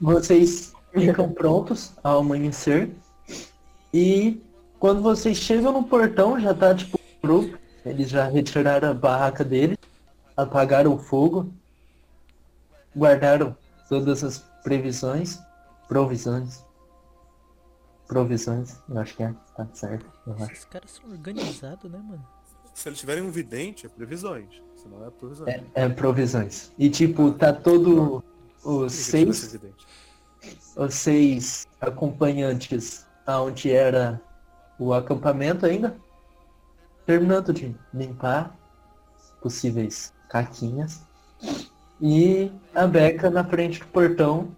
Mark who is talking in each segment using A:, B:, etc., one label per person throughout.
A: Vocês ficam prontos ao amanhecer. E quando vocês chegam no portão, já tá tipo o grupo. Eles já retiraram a barraca deles, apagaram o fogo, guardaram todas as previsões. Provisões. Provisões, eu acho que é. Tá certo, eu acho.
B: Esses caras são organizados, né, mano?
C: Se eles tiverem um vidente, é previsões. Se não é provisões.
A: É, é provisões. E tipo, tá todo. Os
C: Por que que tivesse
A: seis
C: vidente?
A: os seis acompanhantes aonde era o acampamento ainda, terminando de limpar possíveis caquinhas. E a Beca na frente do portão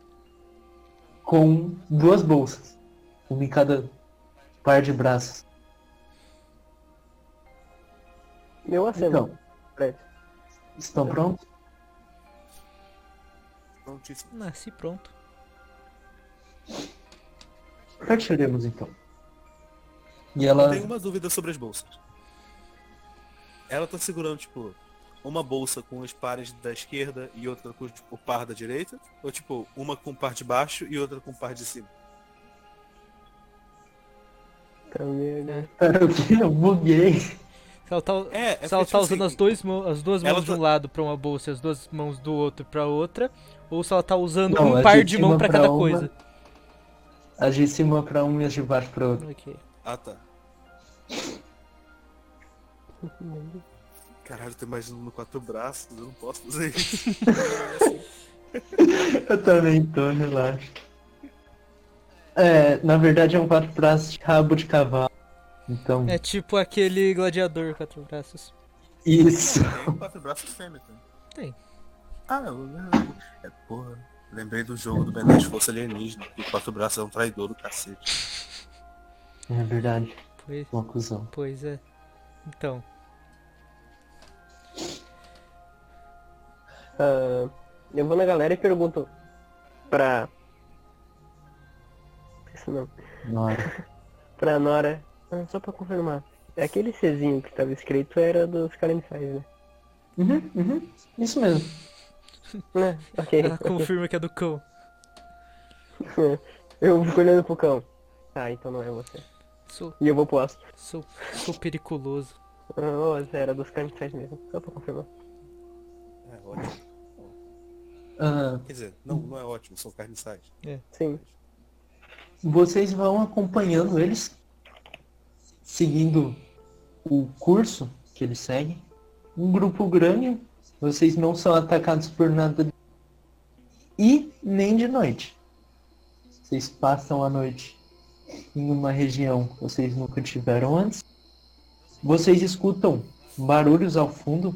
A: com duas bolsas. Uma em cada par de braços.
D: Meu aceno.
A: Então, estão prontos?
C: Prontíssimo.
B: Nasci pronto.
A: Partiremos então. E
C: Eu
A: ela.
C: tenho uma dúvida sobre as bolsas. Ela tá segurando, tipo, uma bolsa com os pares da esquerda e outra com o par da direita? Ou, tipo, uma com o par de baixo e outra com o par de cima?
D: Puta merda.
A: Pera, o quê? É. eu buguei.
B: Se ela tá,
C: É, é
B: se ela tá
C: porque, tipo
B: usando
C: assim,
B: as, dois mão- as duas
C: ela
B: mãos de um
C: tá-
B: lado pra uma bolsa e as duas mãos do outro pra outra, ou se ela tá usando
A: Não,
B: um
A: é
B: par
A: de
B: de mão
A: cima
B: pra
A: pra
B: cada
A: uma.
B: coisa.
A: As de cima pra um e as de baixo pra outra.
B: Ok.
C: Ah, tá. Caralho, eu tô imaginando quatro braços, eu não posso fazer isso.
A: Eu também tô, relaxa. É, na verdade é um quatro braços de rabo de cavalo. Então,
B: É tipo aquele gladiador quatro braços.
A: isso.
C: Tem quatro braços fêmea, tem.
B: Tem.
C: Ah, eu... É, porra. Lembrei do jogo do Ben 10 Força Alienígena, que o quatro braços é um traidor do cacete.
A: É verdade,
B: Pois,
A: uma cuzão.
B: pois é. Então,
D: Ah, eu vou na galera e pergunto pra. Isso não.
A: Nora.
D: Pra Nora. Ah, só pra confirmar. Aquele Czinho que tava escrito era dos calendários, né?
A: Uhum, uhum. Isso mesmo.
D: Né? Ok.
B: ela confirma que é do cão.
D: eu fico olhando pro cão. Tá, então não é você.
B: Sou,
D: E eu vou pro aço.
B: sou, sou periculoso.
D: Ah, Nossa, era dos calendários mesmo. Só pra confirmar.
C: É ótimo.
A: Ah,
C: Quer dizer, não, não é ótimo, são carniçais.
D: Sim.
A: vocês vão acompanhando eles, seguindo o curso que eles seguem. Um grupo grande, vocês não são atacados por nada de- e nem de noite. Vocês passam a noite em uma região que vocês nunca tiveram antes. Vocês escutam barulhos ao fundo,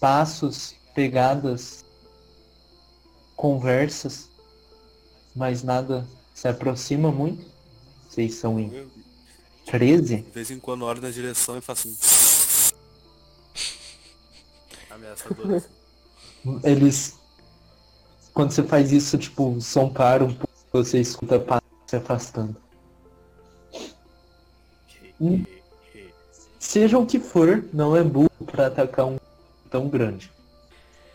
A: passos, pegadas, conversas, mas nada se aproxima muito. Vocês são em
C: Eu,
A: 13?
C: de vez em quando eu olho na direção e faço um... Ameaçador. assim.
A: Eles. Quando você faz isso, tipo, o som para um pouco, você escuta passos se afastando. Hum. Seja o que for, não é burro pra atacar um tão grande.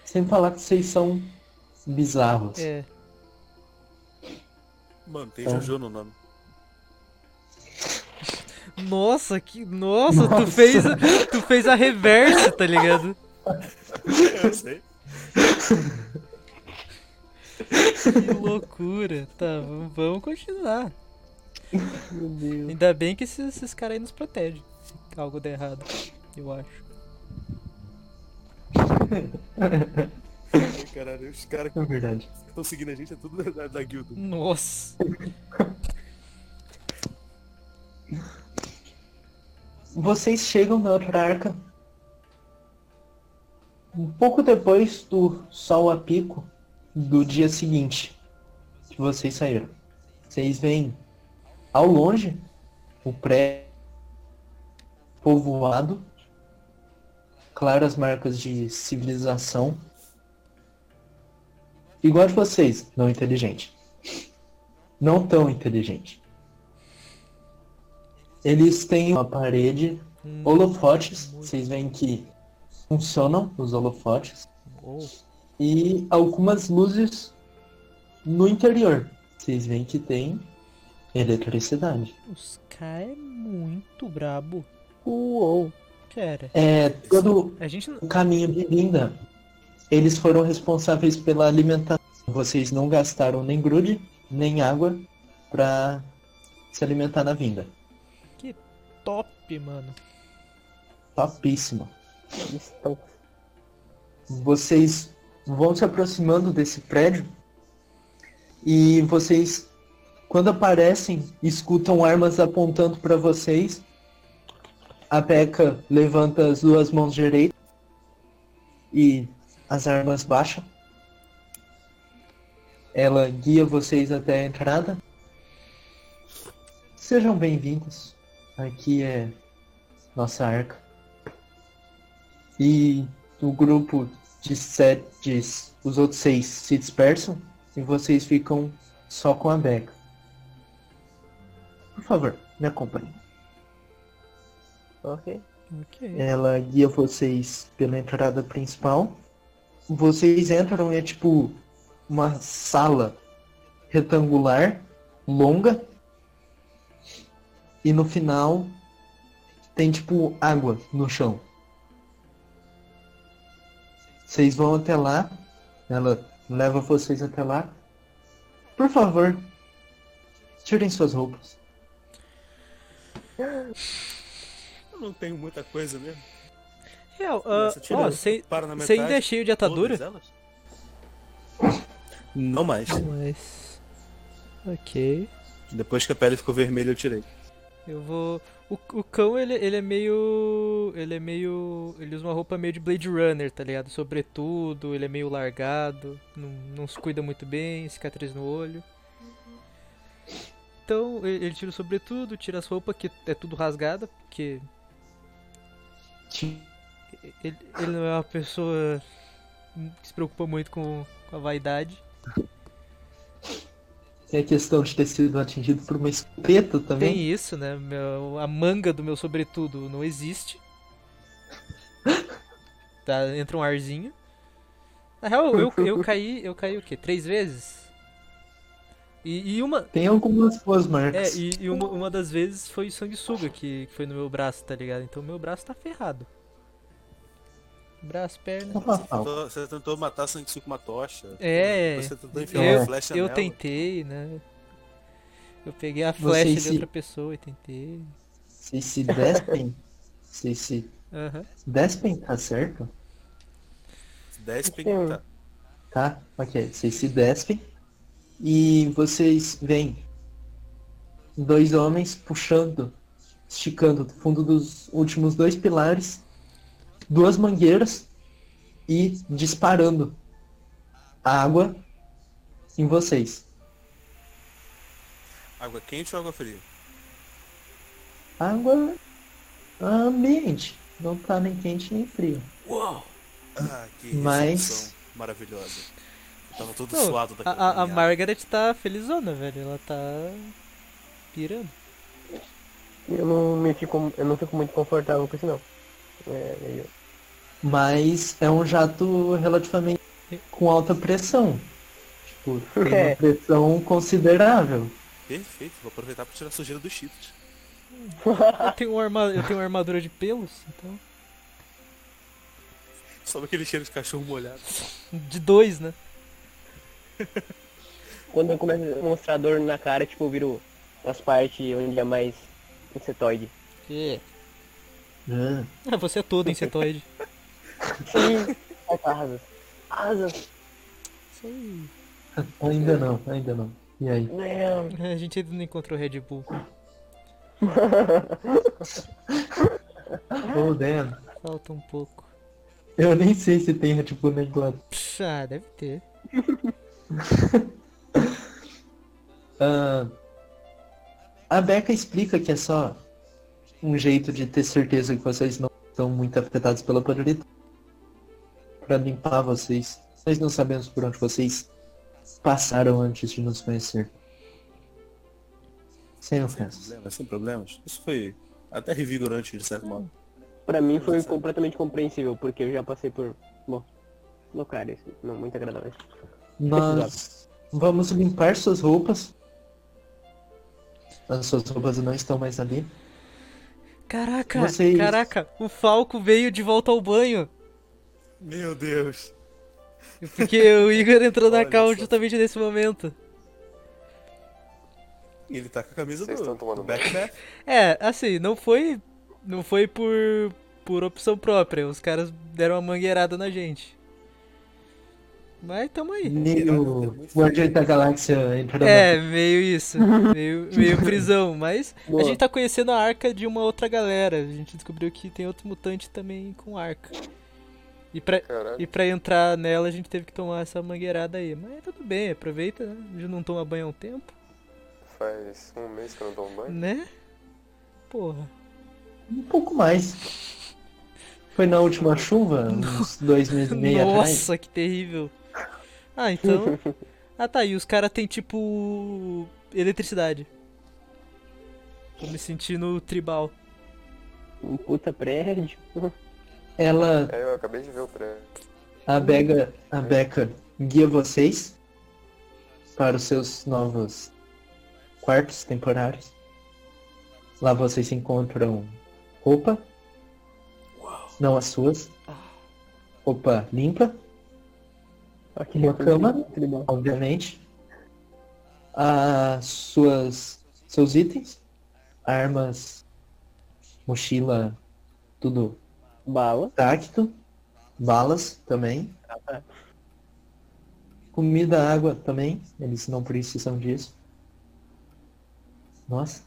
A: Sem falar que vocês são bizarros.
B: É,
C: Mano, tem
A: Tá.
C: Jojo no nome.
B: Nossa, que. Nossa,
A: Nossa.
B: Tu, fez a, tu fez a reversa, tá ligado?
C: Eu sei.
B: Que loucura. Tá, v- vamos continuar.
D: Meu Deus.
B: Ainda bem que esses, esses caras aí nos protegem. Se algo der errado, eu acho.
C: Caralho, os caras que
A: É verdade.
C: estão seguindo a gente é tudo da, da guilda.
B: Nossa.
A: Vocês chegam na outra arca. Um pouco depois do sol a pico do dia seguinte que vocês saíram. Vocês veem ao longe o pré povoado, claras marcas de civilização. Igual de vocês, não inteligente. Não tão inteligente. Eles têm uma parede
B: Hum,
A: Holofotes, vocês veem que
B: Oh,
A: funcionam os holofotes.
B: uou.
A: E algumas luzes no interior. Vocês veem que tem eletricidade.
B: Os caras é muito brabo.
D: Uou.
B: Cara,
A: É, todo
B: a gente não.
A: o caminho de Linda, eles foram responsáveis pela alimentação. Vocês não gastaram nem grude, nem água pra se alimentar na vinda.
B: Top, mano.
A: Topíssimo.
D: Estão
A: vocês vão se aproximando desse prédio e vocês, quando aparecem, escutam armas apontando para vocês. A Pekka levanta as duas mãos direitas e as armas baixam. Ela guia vocês até a entrada. Sejam bem-vindos. Aqui é nossa arca. E o grupo de sete, os outros seis se dispersam e vocês ficam só com a Becca. Por favor, me acompanhe.
D: Ok.
B: Ok.
A: Ela guia vocês pela entrada principal. Vocês entram é tipo uma sala retangular, longa. E no final tem tipo água no chão. Vocês vão até lá. Ela leva vocês até lá. Por favor, tirem suas roupas.
C: Eu não tenho muita coisa mesmo. É.
B: Real, ah,
C: Começa a tirar,
B: ó, você
C: para na
B: você
C: metade.
B: ainda é cheio de atadura?
C: Todas elas? Tá Não mais.
B: Mas. Ok.
C: Depois que a pele ficou vermelha, eu tirei.
B: Eu vou. O, o cão, ele, ele é meio. Ele é meio. Ele usa uma roupa meio de Blade Runner, tá ligado? Sobretudo, ele é meio largado, não, não se cuida muito bem, cicatriz no olho. Então, ele, ele tira o sobretudo, tira as roupas, que é tudo rasgada, porque ele, ele não é uma pessoa que se preocupa muito com, com a vaidade.
A: Tem a questão de ter sido atingido por uma escopeta também.
B: Tem isso, né? Meu- a manga do meu sobretudo não existe. Tá, entra um arzinho. Na real, eu, eu caí, eu caí o quê? Três vezes? E, e uma.
A: Tem algumas boas
B: É,
A: marcas.
B: e, e uma, uma das vezes foi sanguessuga que, que foi no meu braço, tá ligado? Então meu braço tá ferrado. Braço, perna.
A: Não faz mal.
C: Tô- Você tentou matar Sanguessuga com uma tocha.
B: É.
C: Você tentou enfiar uma
B: Eu,
C: flecha
B: eu
C: nela.
B: tentei, né? Eu peguei a
A: Vocês
B: flecha de
A: se-
B: outra pessoa e tentei.
A: Vocês se despem. Vocês se
B: Aham.
A: despem, tá certo?
C: 10
D: Sim.
C: pintas.
A: Tá? Ok. Vocês se despem. E vocês veem dois homens puxando, esticando do fundo dos últimos dois pilares, duas mangueiras e disparando água em vocês.
C: Água quente ou água fria?
A: Água ambiente. Não tá nem quente nem frio.
C: Uau! Ah, que
A: Mas-
C: recepção maravilhosa. Eu tava todo
B: Não,
C: suado né?
B: A,
C: daquela
B: a- a
C: caminhada.
B: Margaret tá felizona, velho. Ela tá pirando.
D: Eu não me fico. Eu não fico muito confortável com isso não. É meio.
A: Mas é um jato relativamente com alta pressão. Tipo, tem uma
D: É.
A: pressão considerável.
C: Perfeito, vou aproveitar pra tirar a sujeira dos cheetos.
B: Eu tenho, uma arma- eu tenho uma armadura de pelos, então.
C: Sobe aquele cheiro de cachorro molhado.
B: De dois, né?
D: Quando eu começo a mostrar dor na cara, tipo, eu viro as partes onde é mais insetoide.
A: Ah,
B: Ah, você é todo insetoide.
D: Sim, é Ah, as asas. Asas,
B: Isso aí.
A: ainda não, ainda não. E aí?
D: né?
B: A gente ainda não encontrou Red Bull.
A: Oh, damn.
B: Falta um pouco.
A: Eu nem sei se tem né, tipo, Red Bull na Inglaterra.
B: Pff, Ah, deve ter.
A: Ah, a Becca explica que é só um jeito de ter certeza que vocês não estão muito afetados pela podridão. Pra limpar vocês. Nós não sabemos por onde vocês passaram antes de nos conhecer. Sem ofensas.
C: Problemas, sem problemas. Isso foi até revigorante, de certo modo.
D: Pra mim foi completamente compreensível, porque eu já passei por. Bom. Locais, não muito agradáveis.
A: Nós Vamos limpar suas roupas. As suas roupas não estão mais ali.
B: Caraca,
A: Vocês-
B: caraca, o Falco veio de volta ao banho.
C: Meu Deus.
B: Porque o Igor entrou na
C: Olha
B: call
C: só.
B: justamente nesse momento.
C: E ele tá com a camisa
E: Vocês
C: do,
E: tão
C: do
E: tomando
C: né? Backpack.
B: É, assim, não foi. Não foi por. por opção própria. Os caras deram uma mangueirada na gente. Mas tamo aí.
A: Nem o Guardiões da Galáxia entrou
B: É, meio isso. Meio, meio prisão. Mas
D: Boa.
B: a gente tá conhecendo a arca de uma outra galera. A gente descobriu que tem outro mutante também com arca. E pra,
E: Caralho.
B: e pra entrar nela a gente teve que tomar essa mangueirada aí. Mas tudo bem, aproveita, né? A gente não toma banho há um tempo,
E: Faz um mês que eu não tomo banho.
B: né? Porra.
A: Um pouco mais. Foi na última chuva, uns dois meses e meio atrás.
B: Nossa, que terrível. Ah, então. Ah tá, e os caras têm tipo. eletricidade. Tô me sentindo tribal.
D: Um puta prédio.
A: Ela,
E: É, eu acabei de ver o pré.
A: a Becca, a Becca guia vocês para os seus novos quartos temporários. Lá vocês encontram roupa, não as suas, roupa limpa,
D: Aquele
A: Uma cama.
D: tribal.
A: obviamente. As suas seus itens, armas, mochila, tudo
D: Bala.
A: tacto, balas também.
D: tá.
A: Comida, água também. Eles não precisam disso. Nossa.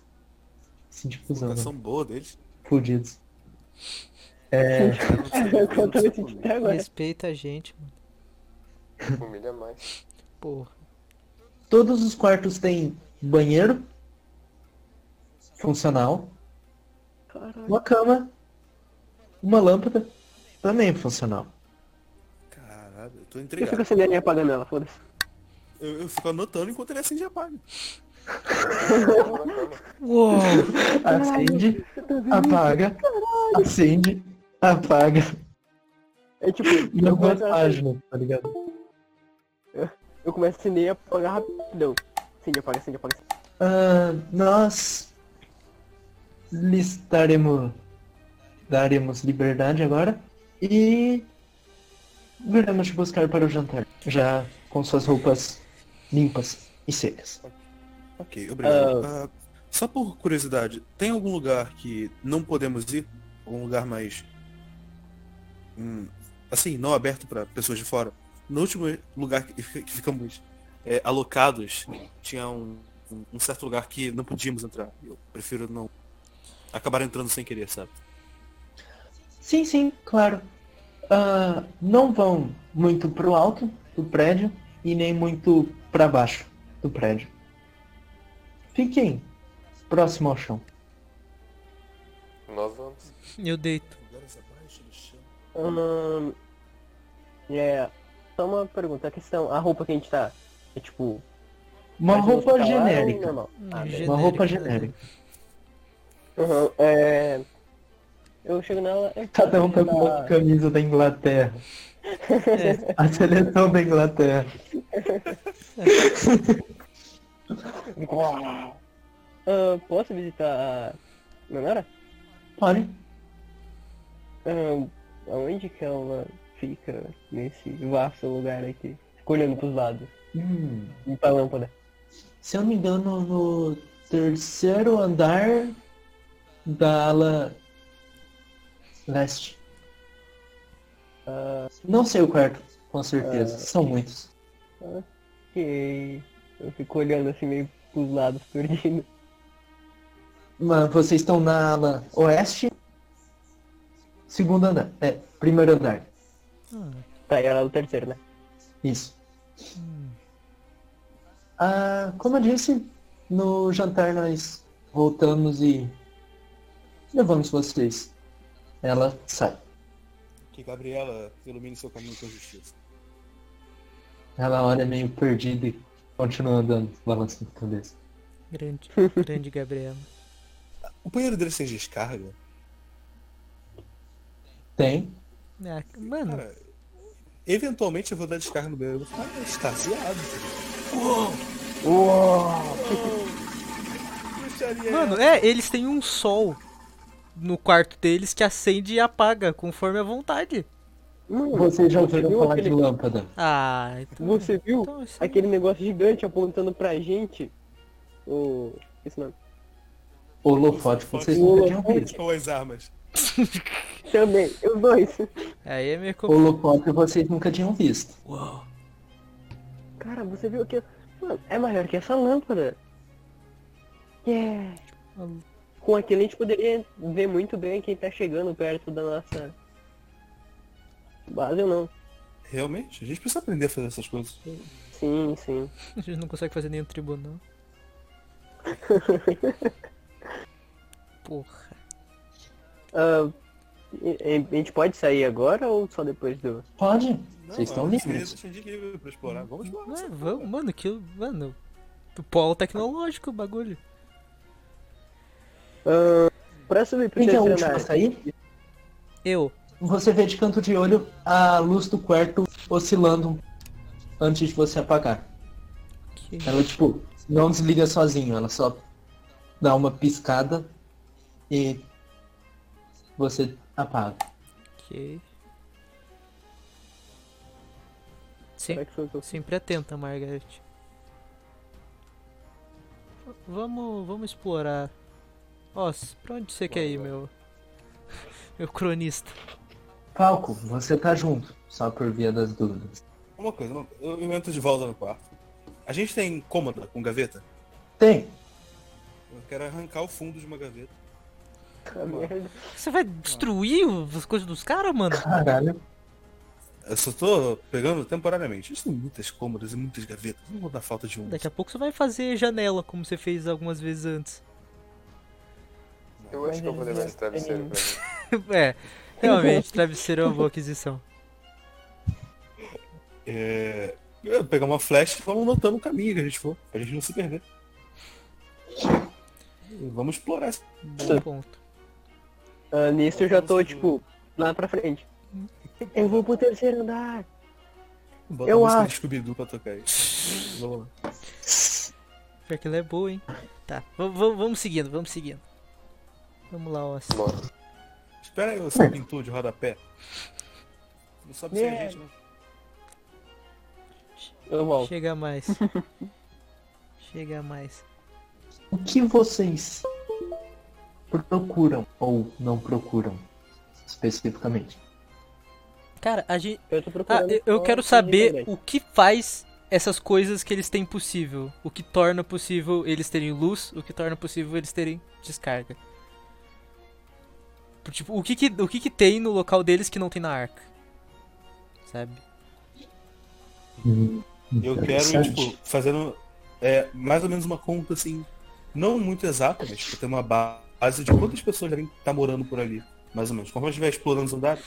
A: Esse
B: Uhum.
A: difusão, né?
C: São boa deles.
A: Fudidos.
C: Eu não sei, eu não
D: Quanto
C: sei
D: eu senti
C: como.
D: até agora.
B: Respeita a gente, mano.
E: Humilha mais.
B: Porra.
A: Todos os quartos têm banheiro funcional,
D: Caralho.
A: uma cama, uma lâmpada também funcional.
C: Caralho, eu tô
D: Eu fico
C: intrigado.
D: acendendo e apagando ela, foda-se.
C: Eu, eu fico anotando enquanto ele acende a apaga.
E: Toma na cama.
B: Uou!
A: Acende,
D: tá
A: apaga, acende, apaga.
D: É tipo,
A: E
D: eu
A: algumas
D: começo, a,
A: páginas, tá ligado?
D: eu começo a acender e apagar rapidão. Acende, apaga, acende, apaga. acende.
A: Ah, nós listaremos daremos liberdade agora e veremos te buscar para o jantar já com suas roupas limpas e secas
C: Ok, obrigado. Ah, só por curiosidade, tem algum lugar que não podemos ir? Algum lugar mais. hum, assim, não aberto para pessoas de fora? No último lugar que que ficamos é, alocados, tinha um, um- um certo lugar que não podíamos entrar. Eu prefiro não. Acabar entrando sem querer, sabe?
A: sim sim claro Ah, não vão muito pro alto do prédio e nem muito para baixo do prédio fiquem próximo ao chão
E: Nós vamos.
B: Eu deito.
D: Ahn, é, só uma pergunta, a questão, a roupa que a gente tá, é tipo...
A: uma
D: tá de
A: roupa
D: hospitalar ou
A: genérica
D: normal? Ah, beleza.
A: uma roupa
B: Genérica, né?
A: genérica
D: Aham, é... Eu chego nela... é,
A: Cada um tá
D: da-
A: com uma camisa da Inglaterra. A seleção da Inglaterra.
D: Ahn, Ah, posso visitar a Nanara?
A: Olha,
D: Ahn, Ah, aonde que ela fica nesse vasto lugar aqui? Fico olhando pros lados,
A: hum,
D: e pra lâmpada.
A: se eu não me engano, no terceiro andar da ala leste. Ah, Não sei o quarto, com certeza. São muitos.
D: Ok, eu fico olhando assim meio pros lados, perdido.
A: Mas vocês estão na ala oeste. Segundo andar. É, primeiro andar.
D: Tá, e ela é o terceiro, né?
A: Isso. Ah, como eu disse, no jantar nós voltamos e levamos vocês. Ela sai.
C: Que Gabriela ilumine seu caminho com justiça.
A: Ela olha meio perdida e continua andando, balançando a cabeça.
B: Grande, grande Gabriela.
C: O banheiro deles tem descarga?
A: Tem.
B: Ah, mano,
C: Ah, tá Cara, eventualmente eu vou dar descarga no banheiro. Eu vou ficar extasiado. Bruxaria.
B: Mano, é, eles têm um sol no quarto deles que acende e apaga conforme a vontade.
D: Mano,
A: Vocês já
D: você
A: ouviram
D: Hum, viu
A: falar
D: aquele-
A: de lâmpada?
B: Ah, então.
D: Você viu
B: então, assim,
D: aquele negócio gigante apontando pra gente? O. Esse nome.
A: Holofote, vocês
D: Holofote.
A: nunca tinham visto.
C: Ou as armas.
D: Também, os dois.
B: Aí é meio complicado.
A: Holofote vocês nunca tinham visto.
D: Cara, você viu que. Mano, é maior que essa lâmpada. Que é. Com aquele a gente poderia ver muito bem quem tá chegando perto da nossa. Base ou não?
C: Realmente? A gente precisa aprender a fazer essas coisas.
D: Sim, sim.
B: A gente não consegue fazer nenhum tribunal. Porra.
D: Ah, e- e- a gente pode sair agora ou só depois do.
A: Pode? Vocês estão livres.
C: Existe um dia livre pra explorar. Vamos explorar.
B: Ué,
C: essa
B: vamos, mano, que. Mano. Do polo tecnológico o bagulho.
D: Ah, pra subir pro
A: Quem que é o último a
D: terceiro andar.
A: sair?
B: Eu.
A: Você vê de canto de olho a luz do quarto oscilando antes de você apagar.
B: Que...
A: Ela, tipo, não desliga sozinho, ela só dá uma piscada e você apaga.
B: Ok.
D: Como
B: Sim,
D: é que foi que eu-
B: sempre atenta, Margaret. Vamos, vamos explorar. Ó, s- pra onde você quer ir, meu. Meu cronista?
A: Falco, você tá junto, só por via das dúvidas.
C: Uma coisa, uma- eu, eu entro de volta no quarto. A gente tem cômoda com gaveta?
A: Tem.
C: Eu quero arrancar o fundo de uma gaveta.
D: Ah, merda.
B: Você vai destruir o- as coisas dos caras, mano?
A: Caralho.
C: Eu só tô pegando temporariamente. A gente tem muitas cômodas e muitas gavetas. Não vou dar falta de um.
B: Daqui a pouco você vai fazer janela, como você fez algumas vezes antes.
E: Eu acho que eu vou levar esse travesseiro pra mim.
B: é, realmente, travesseiro é uma boa aquisição.
C: É... Eu vou pegar uma flecha e vamos anotando o caminho que a gente for. Pra gente não se perder. E Vamos explorar essa
B: Bom ponto.
D: Ah, nisso eu já tô, tipo, lá pra frente. Eu vou pro terceiro andar.
C: Bota
D: Eu
C: a música
D: acho.
C: de Scooby-Doo pra tocar aí. Vamos lá.
B: Pior que ela é boa, hein? Tá, v- v- vamos seguindo, vamos seguindo. Vamos lá, ó.
E: Bora.
C: Espera aí, você pintou de rodapé. Não sobe sem a gente, não.
D: Eu volto.
B: Chega mais. Chega mais.
A: O que vocês procuram ou não procuram especificamente?
B: Cara, a gente.
D: Eu tô
B: Ah,
D: procurando.
B: eu, eu
D: só é
B: quero
D: coisa
B: saber
D: diferente.
B: o que faz essas coisas que eles têm possível. O que torna possível eles terem luz, o que torna possível eles terem descarga. Tipo, o que que, o que, que tem no local deles que não tem na arca? Sabe?
C: Eu quero,
A: Interessante.
C: tipo, fazendo é, mais ou menos uma conta, assim, não muito exata, mas tipo, ter uma ba- base de quantas pessoas devem estar morando por ali, mais ou menos. Conforme a gente vai explorando os andares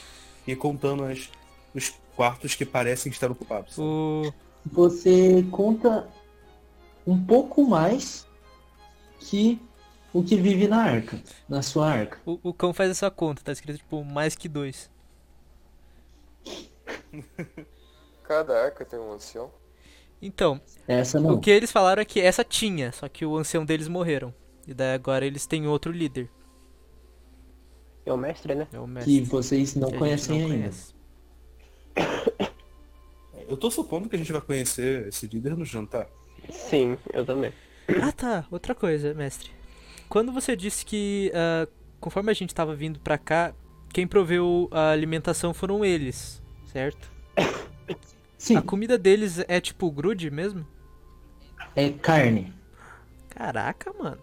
C: e contando as, os quartos que parecem estar ocupados.
B: O.
A: Você conta um pouco mais que o que vive na arca, na sua arca.
B: O, o cão faz essa conta, tá escrito tipo mais que dois.
E: Cada arca tem um ancião.
B: Então,
A: Essa
B: o
A: não.
B: que eles falaram é que essa tinha, só que o ancião deles morreram. E daí agora eles têm outro líder.
D: É o mestre, né?
B: É o
A: Que
B: mestre.
A: vocês não
B: que a gente
A: conhecem
B: não
A: ainda.
B: conhece.
C: Eu tô supondo que a gente vai conhecer esse líder no jantar.
D: Sim, eu também.
B: Ah tá, outra coisa, mestre. Quando você disse que ah, conforme a gente tava vindo pra cá, quem proveu a alimentação foram eles, certo?
A: Sim,
B: A comida deles é tipo grude mesmo?
A: é carne.
B: Caraca, mano.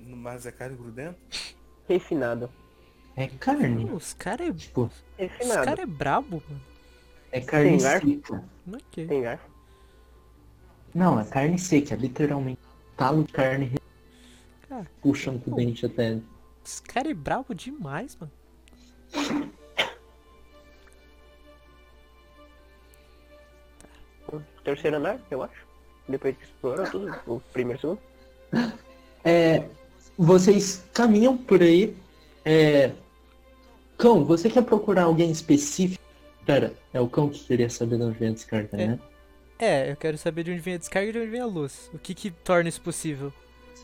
C: Mas é carne grudenta?
D: Refinado.
A: É carne.
B: Pô, os caras é, os
A: Tipo,
D: Refinado.
B: cara é brabo, mano. é
A: é carne
D: Tem ar?
A: seca.
B: Ok.
D: Tem garfo.
A: Não, é carne seca, literalmente. Talo de carne.
B: Ah.
A: Puxam com o dente até.
B: Os caras é brabo demais, mano.
D: Terceiro andar, eu acho. Depois de explorar tudo, o primeiro segundo.
A: É, vocês caminham por aí. É... Cão, você quer procurar alguém específico? Pera, é o cão que queria saber da onde vem a descarga,
B: É.
A: né?
B: É, eu quero saber de onde vem a descarga e de onde vem a luz. O que que torna isso possível?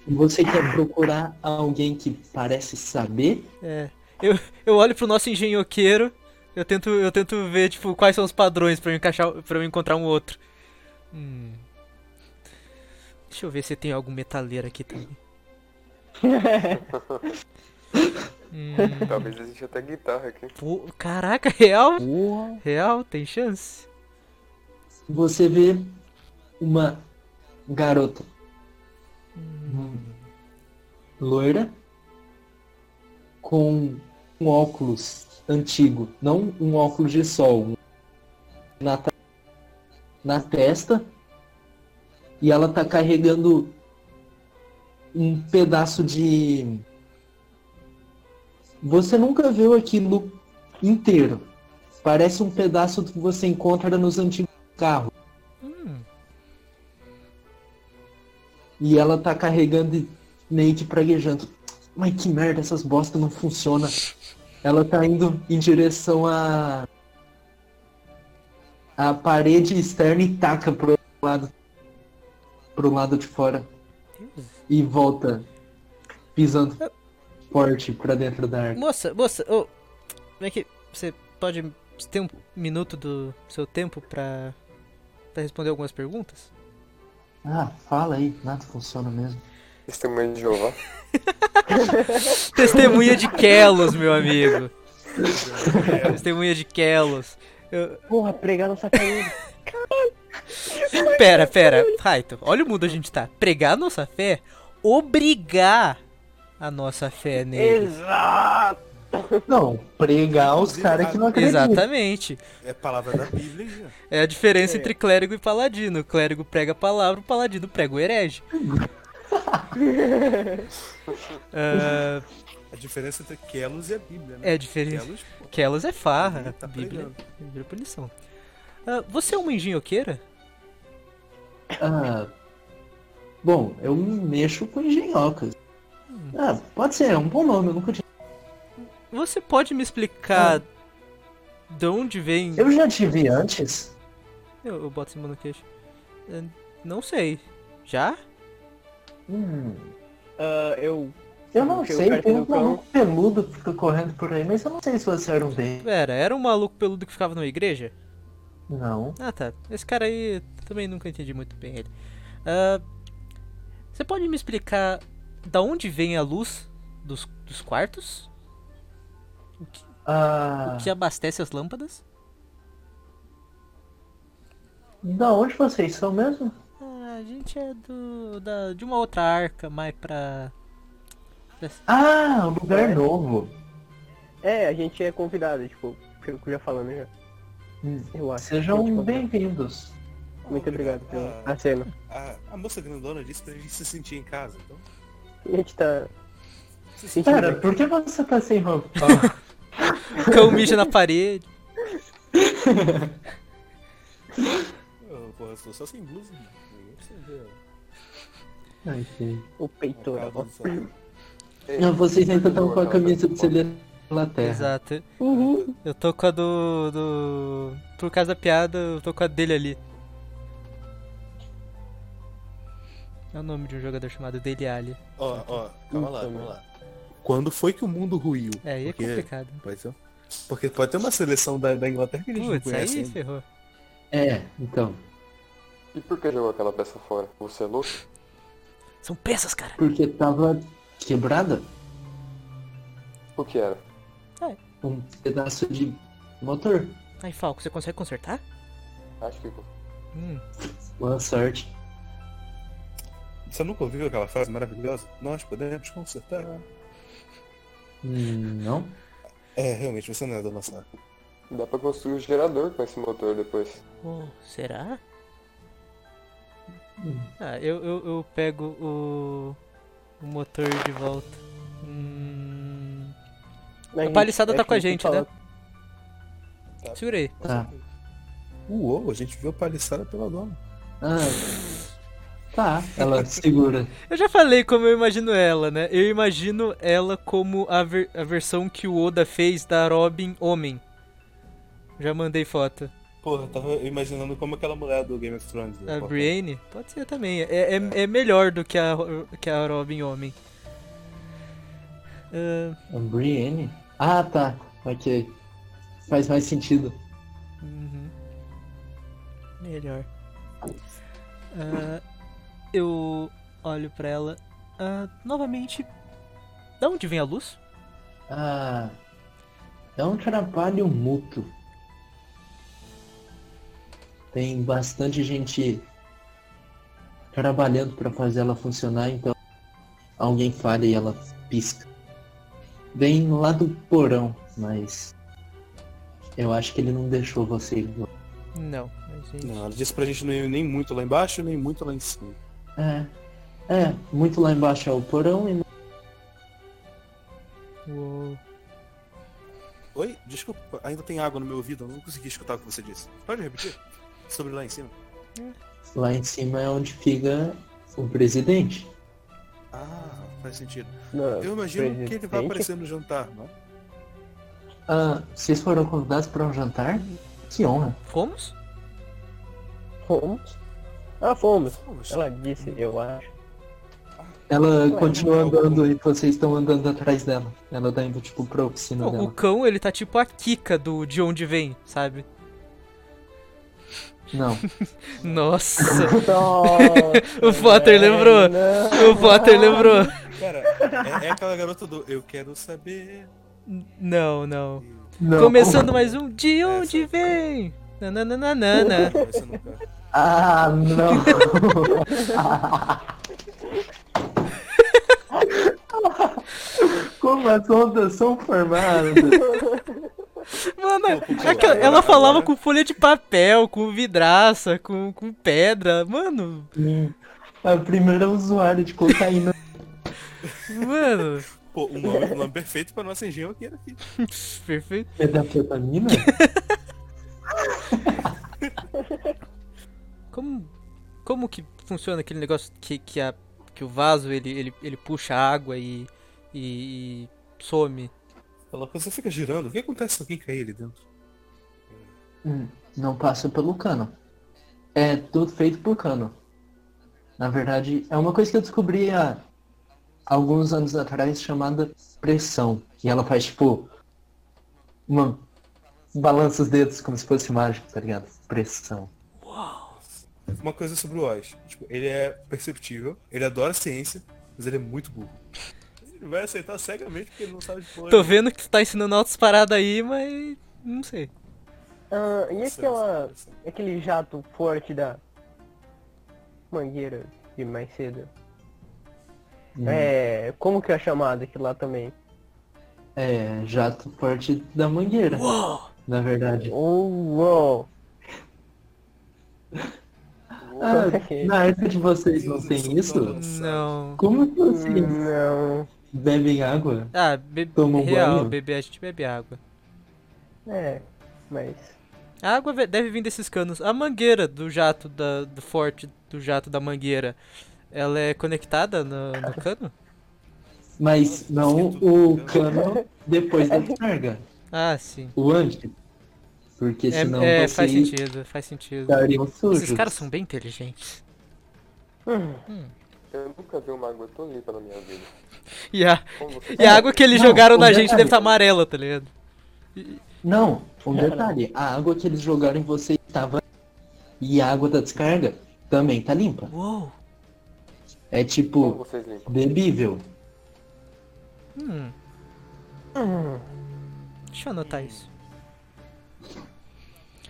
A: Você quer procurar alguém que parece saber?
B: É. Eu, eu olho pro nosso engenhoqueiro, eu tento, eu tento ver, tipo, quais são os padrões pra eu encaixar, para eu encontrar um outro. Hum. Deixa eu ver se tem algum metaleiro aqui também. Hum.
E: Talvez exista até guitarra aqui.
B: Pô, caraca, real? Real, tem chance?
A: Você vê uma garota loira com um óculos antigo, não um óculos de sol, um na, ta- na testa, e ela tá carregando um pedaço de. Você nunca viu aquilo inteiro. Parece um pedaço que você encontra nos antigos carros.
B: Hum.
A: E ela tá carregando e meio que praguejando. Mas que merda, essas bostas não funcionam. Ela tá indo em direção à a parede externa e taca pro lado pro lado de fora e volta pisando forte pra dentro da arca.
B: Moça, moça, ô. vem aqui, você pode. Você tem um minuto do seu tempo pra. pra responder algumas perguntas?
A: Ah, fala aí, nada funciona mesmo.
E: Testemunho de Jeová.
B: Testemunha de Kelos, meu amigo. Testemunha de Kelos. Eu-
D: Porra, pregar nossa caída.
B: Pera, pera, Raito, olha o mundo onde a gente tá. Pregar a nossa fé, obrigar a nossa fé
D: é
B: nele.
D: Exato!
A: Não, pregar os caras que não acreditam.
B: Exatamente.
C: É palavra da Bíblia, hein? ó.
B: É a diferença entre clérigo e paladino. O clérigo prega a palavra, o paladino prega o herege. Ah,
C: A diferença entre Kelos e a Bíblia, né?
B: é a diferença.
C: Kelos, pô,
B: Kelos é farra,
C: Tá
B: Bíblia,
C: pregando.
B: Bíblia é punição. Ah, você é uma engenhoqueira?
A: Ah, bom, eu mexo com engenhocas.
D: Hum.
A: Ah, pode ser, é um bom nome, eu nunca tinha.
B: Você pode me explicar de onde vem.
A: Eu já tive antes.
B: Eu, eu boto essa mão no queixo. Eh, Não sei. Já?
A: Hum,
D: Ah, eu.
A: eu não
D: Porque o
A: sei,
D: cara
A: tem
D: do
A: um
D: cão-
A: maluco peludo que fica correndo por aí, mas eu não sei se você era um deles.
B: Pera, era um maluco peludo que ficava numa igreja?
A: Não.
B: Ah tá. Esse cara aí também nunca entendi muito bem ele. Ah, você pode me explicar da onde vem a luz dos, dos quartos?
A: Ah,
B: Que abastece as lâmpadas?
A: da onde vocês são mesmo?
B: Ah, a gente é do. Da, de uma outra arca, mais pra.
A: Ah, um lugar novo.
D: É, a gente é convidado, tipo, que eu já falando já.
A: Hum,
D: Eu acho.
A: Sejam
D: Tipo,
A: bem-vindos.
D: Muito obrigado pela cena.
C: A, a moça grandona disse pra gente se sentir em casa, então.
D: A gente tá. Se sentindo
A: Cara,
D: bem.
A: por que você tá sem roupa? Ah,
B: O cão mija na parede.
C: Eu, porra, eu tô só sem blusa. né? Você vê, ó,
A: ai, sei.
D: o né? peitoral.
C: caldo do sol.
A: Não, vocês ainda estão com a camisa de
E: CD.
B: É.
A: Inglaterra.
B: Exato.
D: Uhum.
B: Eu tô com a do, do. Por causa da piada, eu tô com a dele ali. É o nome de um jogador chamado Dele Ali.
C: Ó, ó, calma lá, calma lá. Quando foi que o mundo ruiu?
B: É, aí é
C: Porque-
B: complicado.
C: Pode ser. Porque pode ter uma seleção da, da Inglaterra que a gente não
B: Putz,
C: conhece.
B: aí
C: ainda.
B: ferrou.
A: É, então.
E: E por que jogou aquela peça fora? Você é louco?
B: São peças, cara.
A: Porque tava quebrada
E: O que era?
A: um pedaço de motor.
B: Aí, Falco, você consegue consertar?
E: Acho que.
B: Hum.
A: Boa sorte.
C: Você nunca ouviu aquela frase maravilhosa? Nós podemos consertar.
A: Hum, Não?
C: É, realmente, você não é da nossa área.
E: Dá pra construir um gerador com esse motor depois.
B: Oh, será?
A: Hum.
B: Ah, eu, eu, eu pego o, o motor de volta. Hum...
D: Mas
B: A paliçada
D: gente- é
B: tá com a
D: acho que
B: gente,
D: fala-
B: né? Segura aí.
A: Tá.
C: Uou, a gente viu palhaçada pela dona.
A: Ah, tá, ela segura.
B: Eu já falei como eu imagino ela, né? Eu imagino ela como a, ver- a versão que o Oda fez da Robin Homem. Já mandei foto.
C: Porra, eu tava imaginando como aquela mulher do Game of Thrones. né?
B: A
C: Porra.
B: Brienne? Pode ser também. É, é, é melhor do que a, que a Robin Homem. Ah,
A: A Brienne? Ah, tá. Ok. Faz mais sentido.
B: Uhum. Melhor. Ah, eu olho pra ela. Ah, novamente. Da onde vem a luz?
A: Ah. É um trabalho mútuo. Tem bastante gente trabalhando pra fazer ela funcionar, então alguém falha e ela pisca. Vem lá do porão, mas eu acho que ele não deixou você ir. lá.
B: Não, mas gente.
C: Não, ela disse pra gente não ir nem muito lá embaixo, nem muito lá em cima.
A: É. É, muito lá embaixo é o porão e
B: Uou.
C: Oi? Desculpa, ainda tem água no meu ouvido, eu não consegui escutar o que você disse. Pode repetir? Sobre lá em cima.
A: lá em cima é onde fica o presidente.
C: Ah, faz sentido.
D: Não,
C: Eu imagino que ele vai
D: presidente?
C: aparecer no jantar, não?
A: Ah, vocês foram convidados pra um jantar? Que honra.
B: Fomos?
D: Fomos. Ah, fomos.
C: Vamos.
D: Ela disse, eu acho.
A: Ela
D: Ué,
A: continua
C: não,
A: andando e vocês estão andando atrás dela. Ela tá indo, tipo, pra oficina
B: O- o
A: dela.
B: cão, ele tá tipo a Kika do De Onde Vem, sabe?
A: Não.
B: Nossa!
D: Nossa,
B: O Potter
D: velho,
B: lembrou.
D: É, não.
B: o Potter lembrou.
C: Cara, é, é aquela garota do Eu Quero Saber.
B: Não, não.
A: Não.
B: Começando mais um De Onde Vem! Nananana.
C: Você nunca-
A: Ah, não. Como as ondas são formadas.
B: Mano,
C: Pô,
B: aquela-
C: agora-
B: ela falava
C: agora-
B: com folha de papel, com vidraça, com, com pedra. Mano,
A: assim. A primeira usuária de cocaína.
B: mano.
C: Pô, um nome, um nome perfeito pra nossa engenho aqui era aqui.
B: Perfeito.
A: né, Metafetamina?
B: Como, como que funciona aquele negócio que, que, a, que o vaso ele, ele, ele puxa a água e, e, e some?
C: Ela você fica girando. O que acontece se alguém cair ali dentro?
A: Hum, Não passa pelo cano. É tudo feito por cano. Na verdade, é uma coisa que eu descobri há alguns anos atrás chamada pressão. E ela faz tipo. Uma... Balança os dedos como se fosse mágico, tá ligado? Pressão.
C: Uma coisa sobre o Oz. Tipo, ele é perceptível, ele adora ciência, mas ele é muito burro. Ele vai aceitar cegamente porque ele não sabe de porra.
B: Tô vendo que tu tá ensinando altas paradas aí, mas. Não sei.
D: Ah, e
C: Nossa,
D: aquela,
C: nossa,
D: aquele jato forte da mangueira de mais cedo? É, como que é chamado aquilo lá também?
A: É, jato forte da mangueira. Na verdade.
D: Oh, uou.
A: Ah,
D: Ok.
A: na época de vocês não
C: Deus,
A: tem
C: eu sou
A: isso?
C: tão-
B: Não.
A: Como que vocês
D: Não.
A: bebem água?
B: Ah, bebe.
A: Toma um
B: Real,
A: banho?
B: bebê, a gente bebe água.
D: É, mas.
B: A água ve- deve vir desses canos. A mangueira do jato da, do forte do jato da mangueira, ela é conectada no, no cano?
A: Mas não
C: Sinto-
A: o cano depois da descarga,
B: Ah, sim.
A: o antes. Porque
B: É,
A: senão
B: é, faz
A: vocês
B: sentido, faz sentido.
A: estariam sujos.
B: Esses caras são bem inteligentes.
E: Eu nunca vi uma água tão limpa na minha vida.
B: E a,
E: Como você
B: e a água que eles
A: É, Não,
B: jogaram
A: o
B: na gente
A: detalhe-
B: deve estar amarela, tá ligado?
A: Não, um detalhe, a água que eles jogaram em você estava... E a água da descarga também tá limpa.
B: Uou!
A: É
E: como
A: tipo,
E: vocês limpam?
A: bebível.
B: Hum. Deixa eu anotar isso.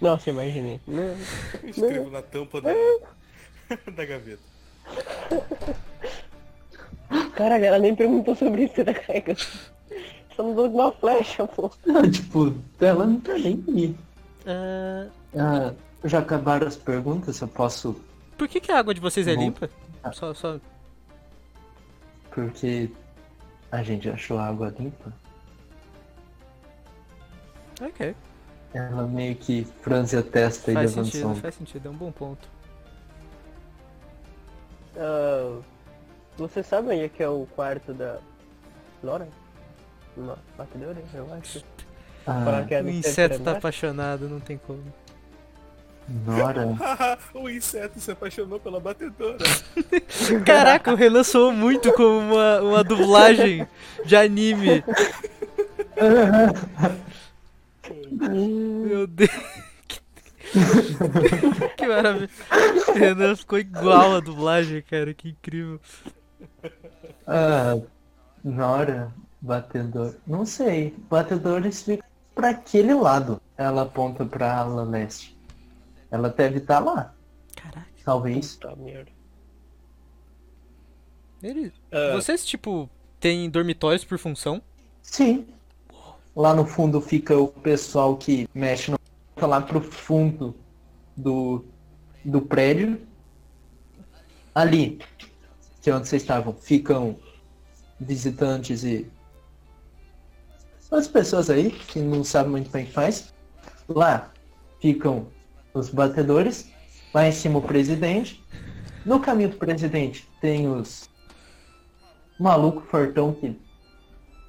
D: Nossa, imaginei. Não.
C: Eu escrevo na tampa da, da gaveta.
D: Caralho, ela nem perguntou sobre isso, né, Caio? Só nos deu uma flecha, pô.
A: Não, tipo, ela não tá nem aí.
B: Ah,
A: Ah, já acabaram as perguntas, eu posso...
B: por que, que a água de vocês é
A: Bom. Ah.
B: limpa? Só, só.
A: Porque a gente achou a água limpa.
B: Ok.
A: Ela meio que franze a testa e
B: Faz
A: levanta
B: sentido,
A: o
B: faz sentido, é um bom ponto.
D: Ah, você sabe onde é que é o quarto da Flora? Uma batedora, eu acho.
A: Ah,
D: Falaram que é era
B: O
D: no
A: É,
B: inseto
D: terceiro
B: tá
D: andar.
B: apaixonado, não tem como.
A: Nora.
C: Haha, o inseto se apaixonou pela batedora.
B: Caraca, o Renan soou muito como uma, uma dublagem de anime. Meu Deus. Que- Que maravilha. O Renan ficou igual a dublagem, cara. Que incrível.
A: Ah, Nora, batedor. Não sei. Batedores ficam pra aquele lado. Ela aponta pra ala leste. Ela deve estar lá,
B: Caraca.
A: talvez.
D: Puta merda.
B: Ele-
D: Ah.
B: Vocês, tipo, têm dormitórios por função?
A: Sim. Lá no fundo fica o pessoal que mexe no. Fica lá pro fundo do, do prédio. Ali, que é onde vocês estavam, ficam visitantes e. As pessoas aí, que não sabem muito bem o que faz. Lá ficam os batedores. Lá em cima o presidente. No caminho do presidente tem os. Maluco fortão que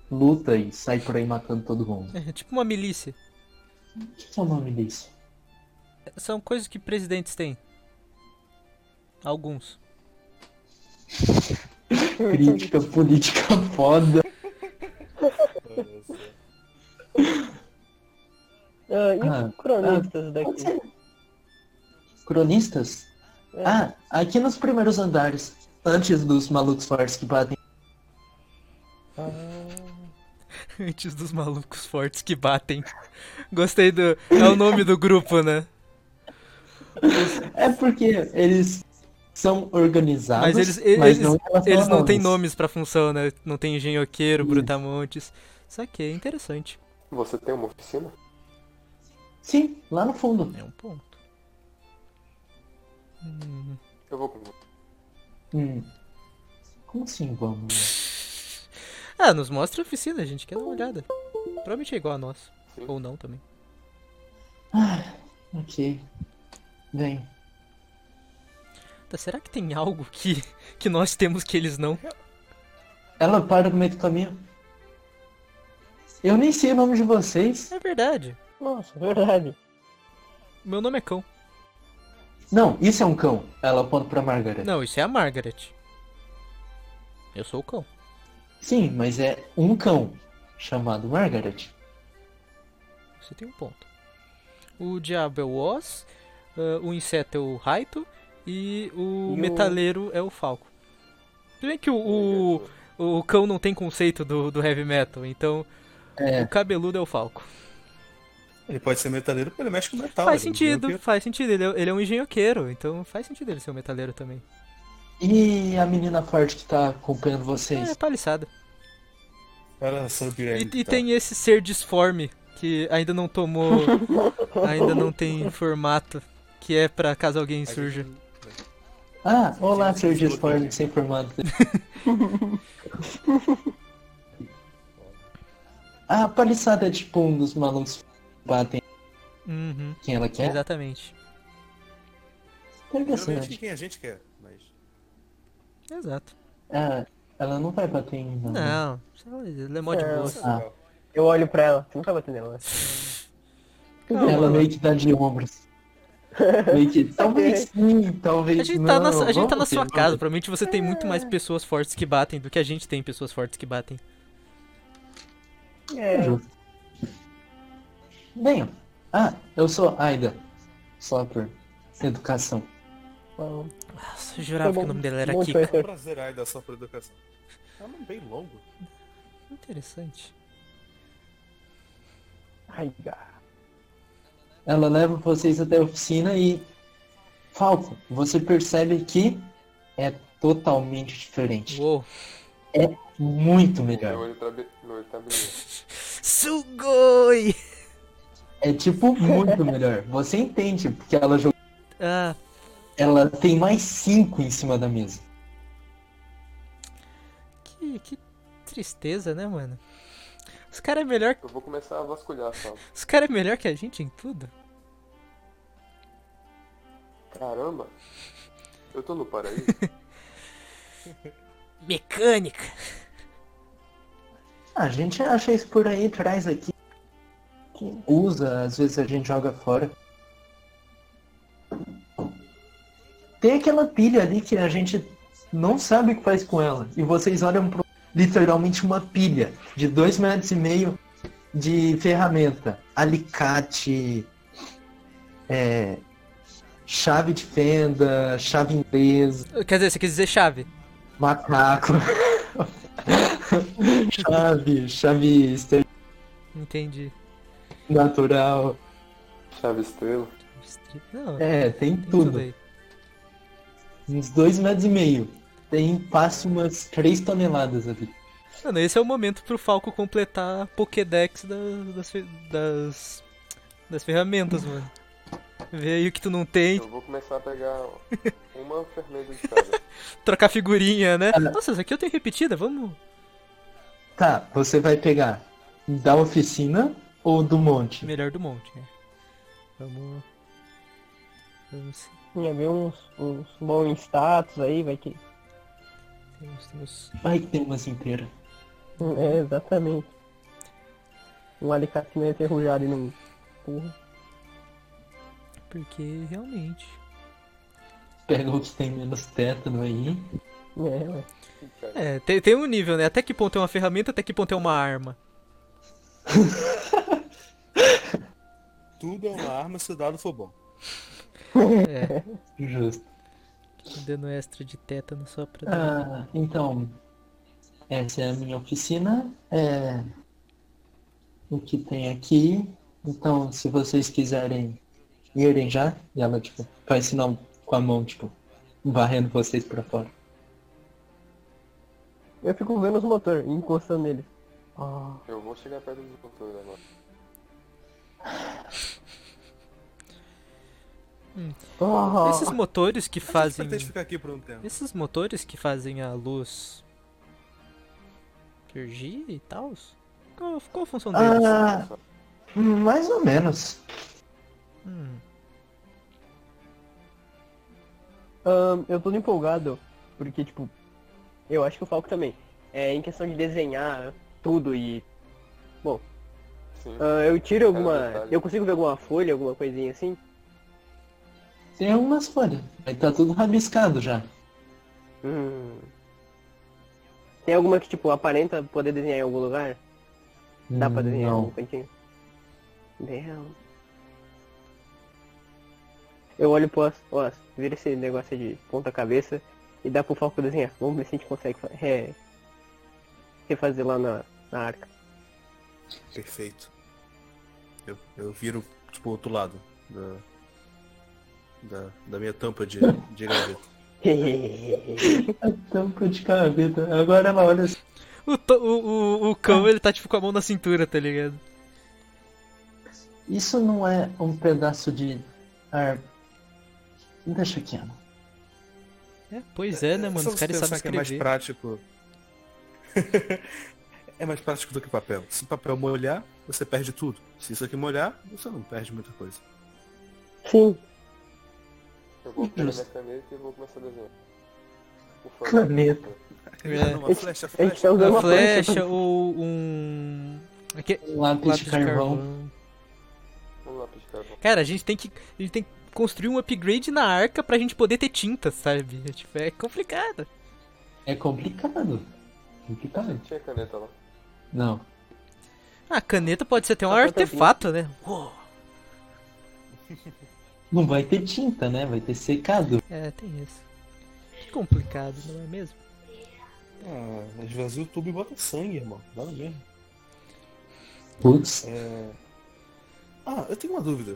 A: luta e sai por aí matando todo mundo.
B: É tipo uma milícia.
A: O que é o nome disso?
B: São coisas que presidentes têm. Alguns.
A: Crítica política foda.
D: Ah, e
A: Ah,
D: os cronistas daqui?
A: Cronistas?
D: É.
A: Ah, aqui nos primeiros andares, antes dos malucos fortes que batem.
B: Antes dos malucos fortes que batem. Gostei do. É o nome do grupo, né?
A: É porque eles são organizados,
B: Mas eles, eles,
A: mas não em relação
B: eles
A: a
B: não têm
A: nomes.
B: nomes pra função, né? Não tem engenhoqueiro, brutamontes. Só que é interessante.
E: Você tem uma oficina?
A: Sim, lá no fundo.
B: É um ponto.
E: Eu vou com você.
A: Hum. Como assim vamos?
B: Ah, nos mostra a oficina, a gente quer dar uma olhada. Provavelmente é igual a nossa. Ou não também.
A: Ok. Vem.
B: Tá, será que tem algo que, que nós temos que eles não?
A: Ela para no meio do caminho. Eu nem sei o nome de vocês.
B: É verdade.
D: Nossa, é verdade.
B: Meu nome é Cão.
A: Não, isso é um cão. Ela aponta pra Margaret.
B: Não, isso é a Margaret. Eu sou o Cão.
A: Sim, mas é um cão chamado Margaret.
B: Você tem um ponto. O diabo é o Oz, ah, o inseto é o Raito e o
E: E o-
B: metaleiro é o Falco. Se bem que o, o, o cão não tem conceito do, do heavy metal, então
A: É.
B: o cabeludo é o Falco.
C: Ele pode ser metaleiro porque ele mexe com metal.
B: faz
C: ele não
B: sentido,
C: viu que-
B: faz sentido. Ele é, ele é um engenhoqueiro, então faz sentido ele ser um metaleiro também.
A: E a menina forte que tá acompanhando
B: É,
A: vocês?
B: paliçada.
C: Ela soube
B: E,
C: ele,
B: e
C: tá.
B: tem esse ser disforme que ainda não tomou, ainda não tem formato, que é pra caso alguém surja.
A: Ah, olá, Sr. Disforme, sem formato. a paliçada é tipo um dos malucos que batem
B: Uhum,
A: quem ela quer.
B: exatamente.
C: Geralmente
A: Interessante.
C: quem a gente quer, mas.
B: Exato.
A: Ah, ela não vai bater em mim, não. né?
B: Não, ela é mó de
D: É,
B: boa.
A: Ah.
C: Legal.
D: Eu olho pra ela, você não tá batendo nela.
B: Calma,
A: ela
B: mano.
A: meio que tá de ombros. Meio que, talvez sim, talvez
B: A gente
A: não.
B: tá na, a gente tá na
A: Vamos
B: sua
A: ver,
B: casa, provavelmente você tem muito mais pessoas fortes que batem do que a gente tem pessoas fortes que batem.
D: É,
A: Justo. Bem, ah, eu sou Aida. Só por educação.
D: bom.
B: Nossa, eu jurava
D: Tá
B: que o
D: bom.
B: nome dela era
D: Bom,
B: Kika.
C: É um prazer aí da sua educação. É um nome bem longo.
B: Interessante.
D: Ai, cara.
A: Ela leva vocês até a oficina e. Falco, você percebe que é totalmente diferente.
B: Uou.
A: Muito
E: Meu
A: melhor.
E: olho tá abri- meu olho tá brilhando.
B: Sugoi!
A: É tipo muito melhor. Você entende, porque ela jogou.
B: Ah,
A: Ela tem mais cinco em cima da mesa.
B: que, que tristeza, né, mano? Os caras é melhor,
E: Eu vou começar a vasculhar só.
B: os cara é melhor que a gente em tudo.
E: Caramba! Eu tô no paraíso?
B: Mecânica.
A: Ah, A gente acha isso por aí, traz aqui. Usa, às vezes a gente joga fora. Tem aquela pilha ali que a gente não sabe o que faz com ela. E vocês olham para literalmente uma pilha de dois metros e meio de ferramenta. Alicate, é, chave de fenda, chave inglesa,
B: Quer dizer, você quis dizer chave?
A: macaco. chave, chave estrela
B: Entendi.
A: natural.
E: Chave estrela.
B: Não,
A: É, tem
B: tem
A: tudo.
B: aí.
A: Uns dois metros e meio. Tem, passa umas três toneladas ali.
B: Mano, esse é o momento pro Falco completar a Pokédex das, das, fe- das, das ferramentas, mano. Vê aí o que tu não tem,
E: Eu vou começar a pegar uma ferramenta de cada.
B: trocar figurinha, né? Nossa, essa aqui eu tenho repetida, vamos.
A: Tá, você vai pegar da oficina ou do monte?
B: Melhor do monte, né? Vamos. Vamos.
D: Tinha ver uns, uns bons status aí, vai que.
B: Temos, temos...
A: Vai que tem umas inteiras.
D: É, exatamente. Um alicate meio enferrujado e não. Porra.
B: Porque realmente.
A: Pega o que tem menos tétano aí.
D: É, ué.
B: É, tem, tem um nível, né? Até que ponto é uma ferramenta, até que ponto é uma arma.
C: Tudo é uma arma se o dado for bom.
B: É,
A: Justo.
B: dando extra de tétano só pra dar.
A: Ah, então, essa é a minha oficina. É o que tem aqui. Então, se vocês quiserem irem já, e ela tipo, faz sinal com a mão, tipo, varrendo vocês pra fora.
D: Eu fico vendo os motores, encostando neles. Ah,
E: Eu vou chegar perto do controle agora.
D: ah,
B: Esses motores que
C: A gente
B: fazem. né?
C: pretende ficar aqui por um tempo.
B: Esses motores que fazem a luz surgir e tal? Qual, qual a função deles?
A: Ah, mais ou menos.
B: Hum,
D: Ahn, eu tô empolgado, porque, tipo, eu acho que o Falco também. É, em questão de desenhar tudo e.
E: Sim.
D: Ahn, Ah, eu tiro alguma.
E: detalhe.
D: eu consigo ver alguma folha, alguma coisinha assim?
A: Tem algumas folhas. Aí tá tudo rabiscado já.
D: Hum. Tem alguma que, tipo, aparenta poder desenhar em algum lugar? Dá pra desenhar em algum
A: Não.
D: cantinho? Não. Eu olho pro As, ó, As, vira esse negócio de ponta-cabeça e dá pro Falco desenhar. Vamos ver se a gente consegue fa- re- refazer lá na, na arca.
C: Perfeito. Eu, eu viro, tipo, o outro lado da, da, da minha tampa de, de gaveta.
A: Então A tampa de gaveta. Agora ela olha assim.
B: O, to- o, o, o cão, ele tá tipo com a mão na cintura, tá ligado?
A: Isso não é um pedaço de ar. Deixa quieto.
B: É, pois é, né, mano?
C: Só
B: Os
C: você
B: caras sabem
C: pensar que é mais
B: escrever.
C: prático. é mais prático do que papel. Se papel molhar, você perde tudo. Se isso aqui molhar, você não perde muita coisa.
D: Sim.
E: Eu vou pegar minha
A: Justo.
E: caneta e vou começar a desenhar. Por favor.
A: Caneta.
B: É.
C: Uma flecha,
D: A gente tá
C: flecha.
D: usando
B: Uma
D: uma
B: flecha ou um. Aqui,
A: Um lápis,
B: lápis
A: de carvão.
E: Um lápis de carvão.
B: Cara, a gente tem que. A gente tem que construir um upgrade na arca pra gente poder ter tinta, sabe? É, tipo, é complicado.
A: É complicado. Complicado.
E: Tinha caneta lá.
A: Não.
B: Ah, A caneta pode ser até um
D: Só pra ter
B: artefato, né? Uou.
A: Não vai ter tinta, né? Vai ter secado.
B: É, tem isso. Que complicado, não é mesmo?
C: Ah, esvazia o tubo e bota sangue, irmão. Dá um no mesmo.
A: Putz.
C: Ah, eu tenho uma dúvida.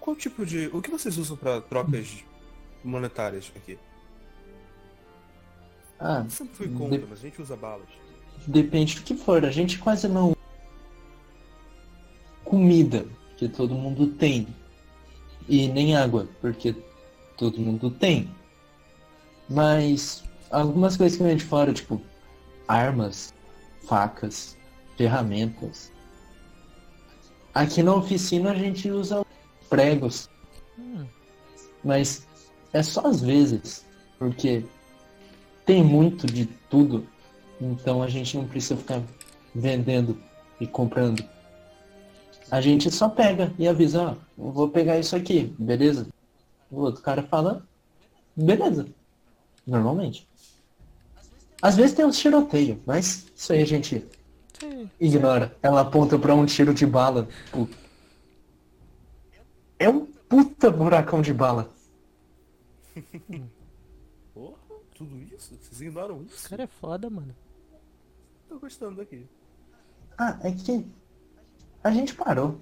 C: Qual tipo de. O que vocês usam pra trocas monetárias aqui?
A: Ah,
C: Eu sempre fui contra,
A: Dep-
C: mas a gente usa balas.
A: depende do que for. A gente quase não. Comida, que todo mundo tem. E nem água, porque todo mundo tem. Mas algumas coisas que vêm de fora, tipo armas, facas, ferramentas. Aqui na oficina a gente usa pregos
B: Hum,
A: Mas é só às vezes, porque tem muito de tudo, então a gente não precisa ficar vendendo e comprando. A gente só pega e avisa, ó, eu vou pegar isso aqui, beleza? O outro cara fala, Beleza. Normalmente. Às vezes tem uns tiroteios, mas isso aí a gente
B: Sim.
A: Ignora. Ela aponta pra um tiro de bala. Tipo, é um puta buracão de bala.
C: Porra, tudo isso? Vocês ignoram
B: Esse
C: isso?
B: cara é foda, mano.
C: Tô gostando daqui.
A: Ah, é que a gente parou.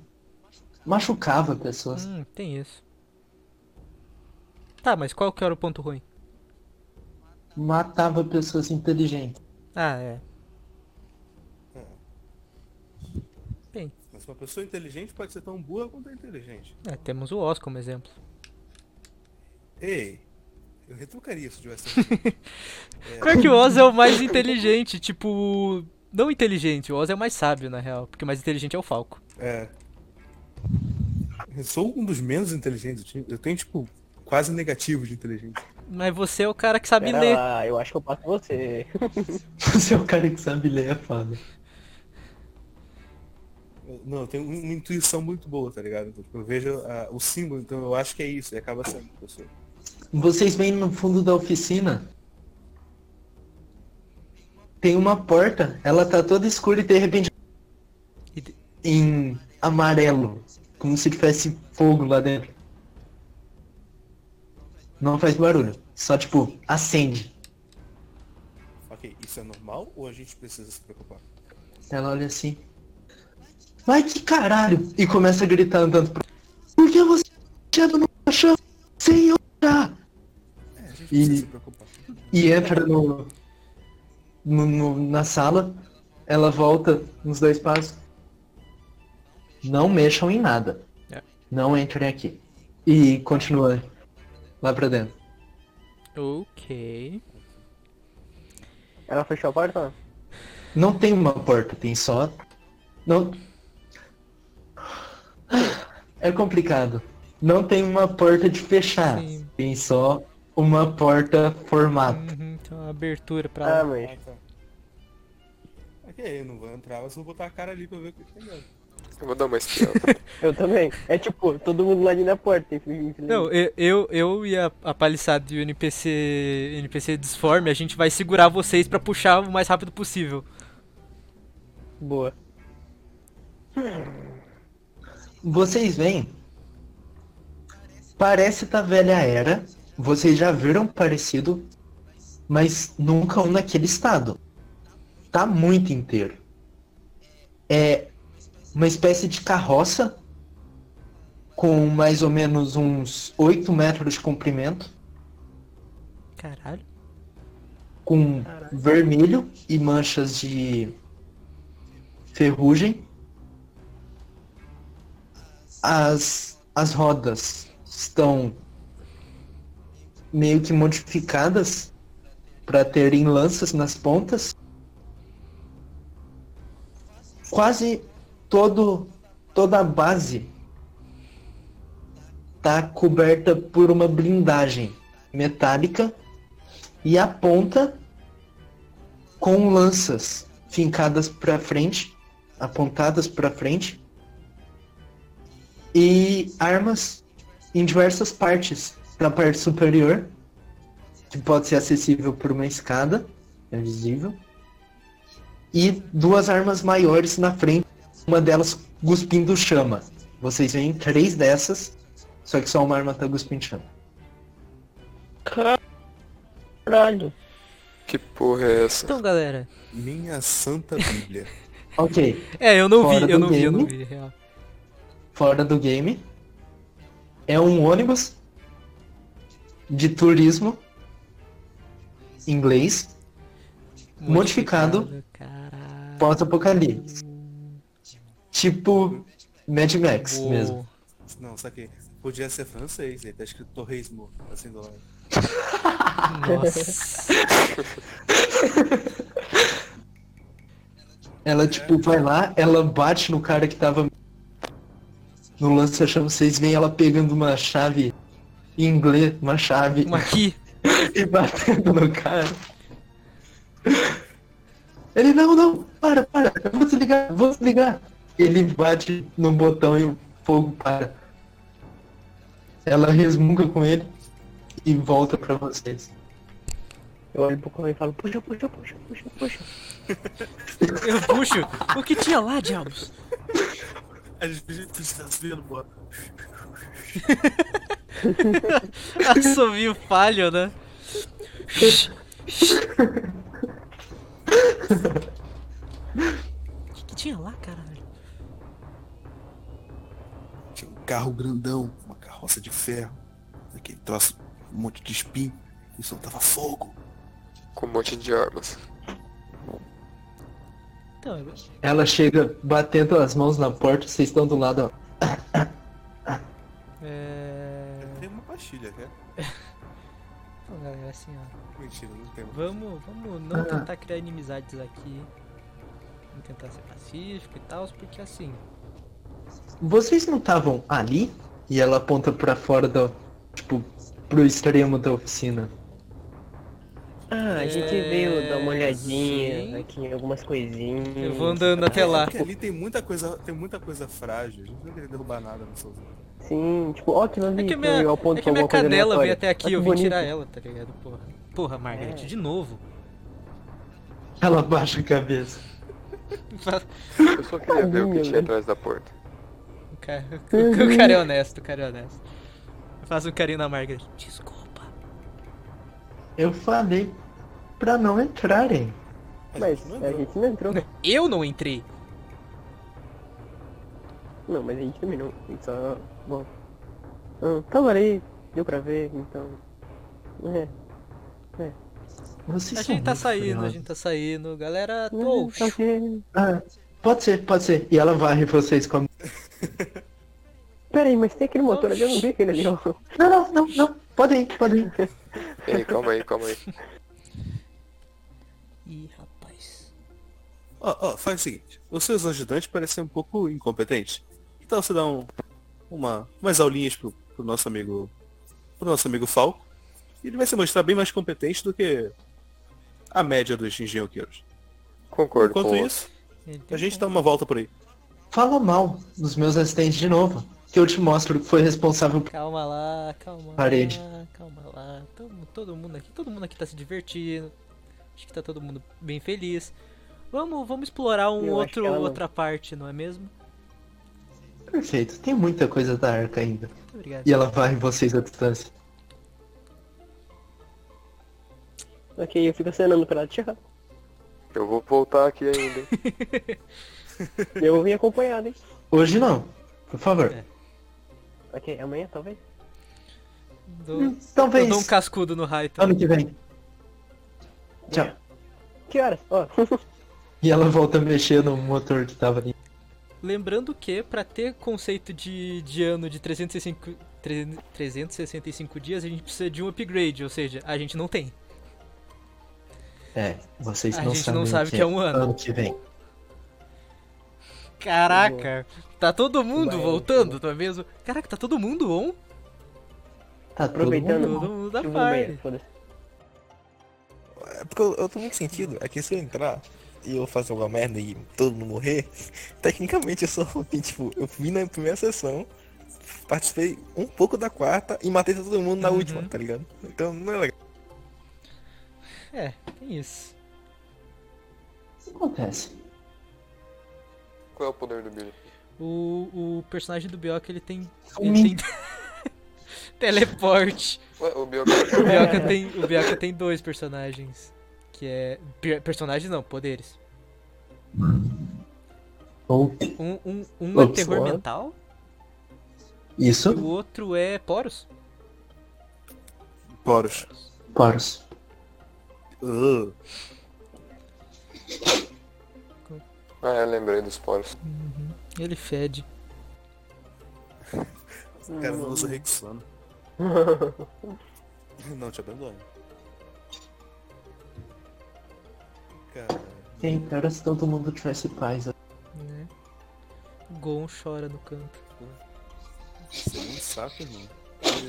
A: Machucava pessoas.
B: Hum, tem isso. Tá, mas qual que era o ponto ruim?
A: Matava pessoas inteligentes.
B: Ah, é. Bem,
C: Mas uma pessoa inteligente pode ser tão burra quanto é inteligente.
B: é, temos o Oz como exemplo.
C: Ei, eu retrucaria isso de você.
B: Claro que o Oz é o mais inteligente, tipo. Não inteligente, o Oz é o mais sábio, na real. Porque o mais inteligente é o Falco.
C: É. Eu sou um dos menos inteligentes do time. Eu tenho, tipo, quase negativo de inteligência.
B: Mas você é o cara que sabe
D: Pera
B: ler.
D: lá, eu acho que eu passo você.
A: Você é o cara que sabe ler, é foda.
C: Eu- Não, eu tenho um- uma intuição muito boa, tá ligado? Então, tipo, Eu vejo ah, o símbolo, então eu acho que é isso, e acaba sendo a pessoa.
A: Vocês vêm no fundo da oficina. Tem uma porta, ela tá toda escura e de repente.
B: E de-
A: Em amarelo. Como se tivesse fogo lá dentro. Não faz barulho. Só tipo, acende.
C: Ok, isso é normal ou a gente precisa se preocupar?
A: Ela olha assim. Vai que caralho! E começa a gritar andando pro. Por que você tá no caixão sem eu olhar?
C: É, a gente
A: E-
C: precisa se preocupar.
A: e entra no, no- no- na sala. Ela volta uns dois passos. Não mexam em nada.
B: É.
A: Não entrem aqui. E continua lá pra dentro.
B: Ok.
D: Ela fechou a porta?
A: Não tem uma porta, tem só. Não. É complicado. Não tem uma porta de fechar.
B: Sim.
A: Tem só uma porta formada.
B: Uhum, então uma abertura pra
D: Ah,
B: lá.
D: mas.
C: Ah, tá. Ok, eu não vou entrar, mas eu vou botar a cara ali pra ver o que que tem dentro.
E: Eu vou dar uma espiada.
D: Eu também. É tipo, todo mundo lá ali na porta. infelizmente.
B: Não, eu, eu, eu e a, a paliçada e o NPC, NPC disforme, a gente vai segurar vocês pra puxar o mais rápido possível.
D: Boa.
A: Vocês veem? Parece da velha era. Vocês já viram parecido, mas nunca um naquele estado. Tá muito inteiro. É uma espécie de carroça com mais ou menos uns 8 metros de comprimento,
B: Caralho.
A: com vermelho e manchas de ferrugem. As, as rodas estão meio que modificadas para terem lanças nas pontas. Quase todo toda a base tá coberta por uma blindagem metálica e a ponta com lanças fincadas para frente, apontadas para frente e armas em diversas partes, na parte superior, que pode ser acessível por uma escada, é visível, e duas armas maiores na frente, uma delas cuspindo chama. Vocês veem três dessas, só que só uma arma tá cuspindo chama.
D: Caralho.
E: Que porra é essa?
B: Então, galera.
C: Minha santa bíblia.
A: Ok,
B: É, eu não
A: Fora
B: vi, eu
A: do
B: não vi, eu não
A: game.
B: vi, real.
A: fora do game. É um ônibus de turismo inglês Modificado.
B: Caralho.
A: pós-apocalipse. Tipo Mad Max
B: Uou.
A: mesmo.
C: não, saquei. Podia ser francês, aí tá escrito torresmo, assim do lado.
B: Nossa.
A: Ela, tipo, vai lá, ela bate no cara que tava no lança-chama, vocês veem ela pegando uma chave em inglês, uma chave,
B: Uma aqui.
A: e batendo no cara. Ele, não, não, para, para, eu vou desligar, vou desligar. Ele bate no botão e o fogo para. Ela resmunga com ele. e volta pra vocês.
D: Eu olho pro Cauã e falo, puxa, puxa, puxa, puxa, puxa.
B: Eu puxo. O que tinha lá, diabos?
C: A gente está tá vendo, bora.
B: Ah, Assovio falho, né? O que, que tinha lá, caralho?
C: Tinha um carro grandão, uma carroça de ferro, aquele troço, um monte de espinho, e soltava fogo.
E: Com um monte de armas.
B: Então, eu-
A: Ela chega batendo as mãos na porta, vocês estão do lado, ó.
B: é...
C: Tem uma pastilha, né?
B: Então, galera, assim, ó.
C: Mentira, não tem.
B: Vamos, vamos não tentar criar inimizades aqui. Vamos tentar ser pacífico e tal, porque assim...
A: Vocês não estavam ali? E ela aponta pra fora da. Tipo, pro extremo da oficina.
D: Ah, a gente
B: É,
D: veio dar uma olhadinha
B: sim.
D: aqui em algumas coisinhas.
B: Eu vou andando até lá.
C: É, Porque ali tem muita coisa, tem muita coisa frágil. A gente não vai querer derrubar nada no solzinho.
D: Sim, tipo, ó, que navio.
B: É que a
D: eu
B: minha,
D: aponto
B: é que a
D: pra
B: minha
D: alguma coisa
B: cadela
D: aleatória.
B: veio até
D: Olha
B: aqui,
D: que
B: eu vim
D: bonito.
B: tirar ela, tá ligado? Porra, porra Margaret,
D: É.
B: de novo.
A: Ela baixa a cabeça.
E: Eu só queria ver o que
D: Tadinha,
E: tinha
D: velho.
E: atrás da porta.
B: O cara, o cara é honesto, o cara é honesto. Eu faço um carinho na Margaret. Desculpa.
A: Eu falei pra não entrarem.
D: Mas a gente não entrou.
B: Eu não entrei.
D: Não, mas a gente também não. A gente só. Bom. Ah, tava ali, deu pra ver, então. É.
A: Vocês
B: A
A: são
B: gente
A: muito
B: tá
A: né?
B: saindo, a
A: curiosos.
B: gente tá saindo. Galera,
D: Não,
B: tô.
D: tá ok.
A: Ah, pode ser, pode ser. E ela varre vocês com a...
D: Pera aí, mas tem aquele motor ali, eu não vi aquele ali, ó.
A: Não, não, não, não. Pode ir, pode ir.
E: Ei, calma aí, calma aí.
B: Ih, rapaz.
C: Ó, ó, faz o seguinte. Os seus ajudantes parecem um pouco incompetentes. Então você dá um, uma, umas aulinhas pro, pro nosso amigo. Pro nosso amigo Falco. E ele vai se mostrar bem mais competente do que a média dos engenhoqueiros.
E: Concordo com
C: Enquanto
E: você.
C: isso, a gente dá uma volta por aí.
A: Fala mal dos meus assistentes de novo. Que eu te mostro que foi responsável por...
B: Calma lá, calma
A: Parede.
B: lá, calma lá. Tamo, todo mundo aqui, todo mundo aqui tá se divertindo. Acho que tá todo mundo bem feliz. Vamos, vamos explorar um
D: Eu acho
B: outro,
D: que ela não.
B: outra parte, não é mesmo?
A: Perfeito. Tem muita coisa da arca ainda.
B: Muito obrigado.
A: E ela varre vocês à distância.
D: Ok, eu fico acenando pra ela. Tchau.
E: Eu vou voltar aqui ainda, hein?
D: Eu vim acompanhado, hein?
A: Hoje não. Por favor.
B: É.
D: Ok, é amanhã talvez?
B: Dou-
A: Hum,
B: eu
A: Talvez
B: dou um cascudo no raio
A: ano que vem. Tchau.
D: Que horas? Ó.
A: E ela volta a mexer no motor que tava ali.
B: Lembrando que, pra ter conceito de, de ano de 365, 300 365 dias, a gente precisa de um upgrade, ou seja, a gente não tem.
A: É, vocês
B: A
A: não
B: gente
A: sabem
B: não
A: o
B: sabe o que é um ano.
A: Ano que vem.
B: Caraca, tá todo mundo
D: Vai,
B: voltando, não é mesmo? Caraca, tá todo mundo on?
A: Tá todo
D: Aproveitando.
A: mundo-
B: Todo mundo da
D: eu vou no banheiro,
B: party.
D: foda-se.
F: É porque eu, eu tô muito sentido, é que se eu entrar e eu fazer alguma merda e todo mundo morrer, tecnicamente eu só fui, tipo, eu vim na primeira sessão, participei um pouco da quarta e matei todo mundo na
B: Uhum.
F: última, tá ligado? Então não é legal.
B: É, tem isso.
A: O que acontece?
E: Qual é o poder do Billy?
B: O, o personagem do Bioca, ele tem. Ele
A: Umi.
B: tem... Teleporte.
E: Ué, o tá Bill
B: O Bioca, tem, o Bioca tem dois personagens. Que é. per- Personagens não, poderes.
A: Bom,
B: Um, um, um é
A: Ops,
B: terror
A: olha.
B: mental
A: Isso,
B: e o outro é poros.
C: Poros.
A: Poros.
C: Uh,
E: Ah, eu lembrei dos poros.
B: Ele fede.
C: o cara não usa Rexona. não te abandono. Cara,
A: Tem cara se todo mundo tivesse paz.
B: Né? Gon chora no canto.
C: você é um saco, irmão.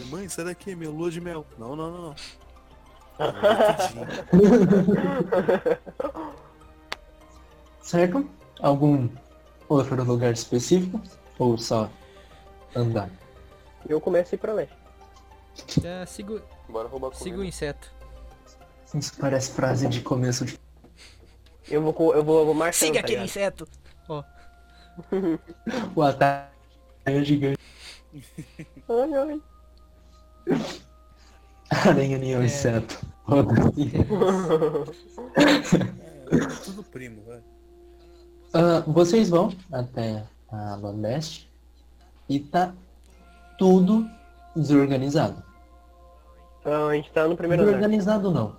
C: Mãe, sai daqui, meu lua de mel. Não, não, não, não.
A: Certo? Algum outro lugar específico? Ou só andar?
D: Eu começo a ir pra leste.
B: É, sigo,
E: Bora roubar
B: sigo o
E: comida.
B: inseto.
A: Isso parece frase de começo de.
D: Eu vou, co- eu vou, eu vou marcando.
B: Siga
D: tá
B: aquele
D: ligado?
B: inseto! Ó,
A: O ataque é gigante.
D: Ai, ai.
A: Aranha nem é um
B: É.
A: inseto. Foda-se.
C: Tudo primo, velho.
A: Ah, vocês vão até a ala leste e tá tudo desorganizado.
D: Então, a gente tá no primeiro andar.
A: Desorganizado não.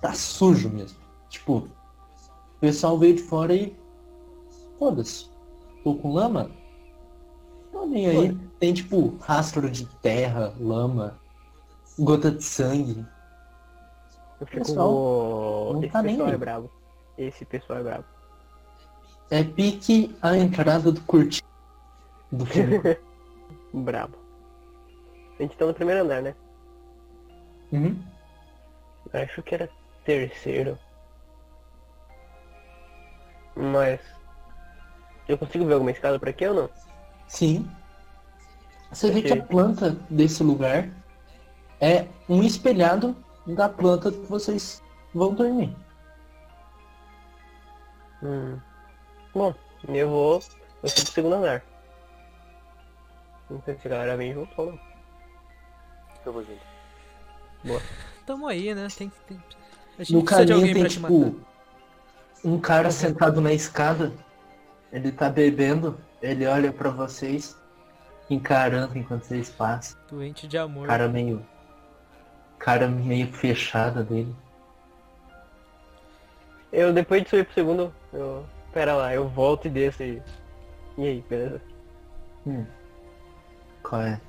A: Tá sujo mesmo. Tipo, o pessoal veio de fora e. Foda-se. Tô com lama? Tô nem aí. Tem tipo rastro de terra, lama, gota de sangue.
D: Eu fico...
A: Pessoal, não
D: Esse
A: tá nem
D: pessoal
A: aí.
D: é brabo. Esse pessoal é brabo.
A: É pique a entrada do curtido do filme.
D: Brabo. A gente tá no primeiro andar, né?
A: Uhum.
D: Acho que era terceiro. Mas... Eu consigo ver alguma escada pra aqui ou não?
A: Sim. Você vê que
D: Ok.
A: a planta desse lugar é um espelhado da planta que vocês vão dormir.
D: Hum. Bom, eu vou. Eu sou do segundo andar. Não sei se a galera vem junto ou não.
E: Eu vou junto.
B: tamo aí, né? Tem, tem... A gente
A: No
B: precisa de
A: caminho
B: alguém
A: tem
B: pra te matar.
A: tipo um cara sentado na escada. Ele tá bebendo, ele olha pra vocês, encarando enquanto vocês passam.
B: Doente de amor.
A: Cara meio. Cara meio fechada dele.
D: Eu depois de subir pro segundo, eu. Pera lá, eu volto e desço e. E aí, beleza?
A: Qual é?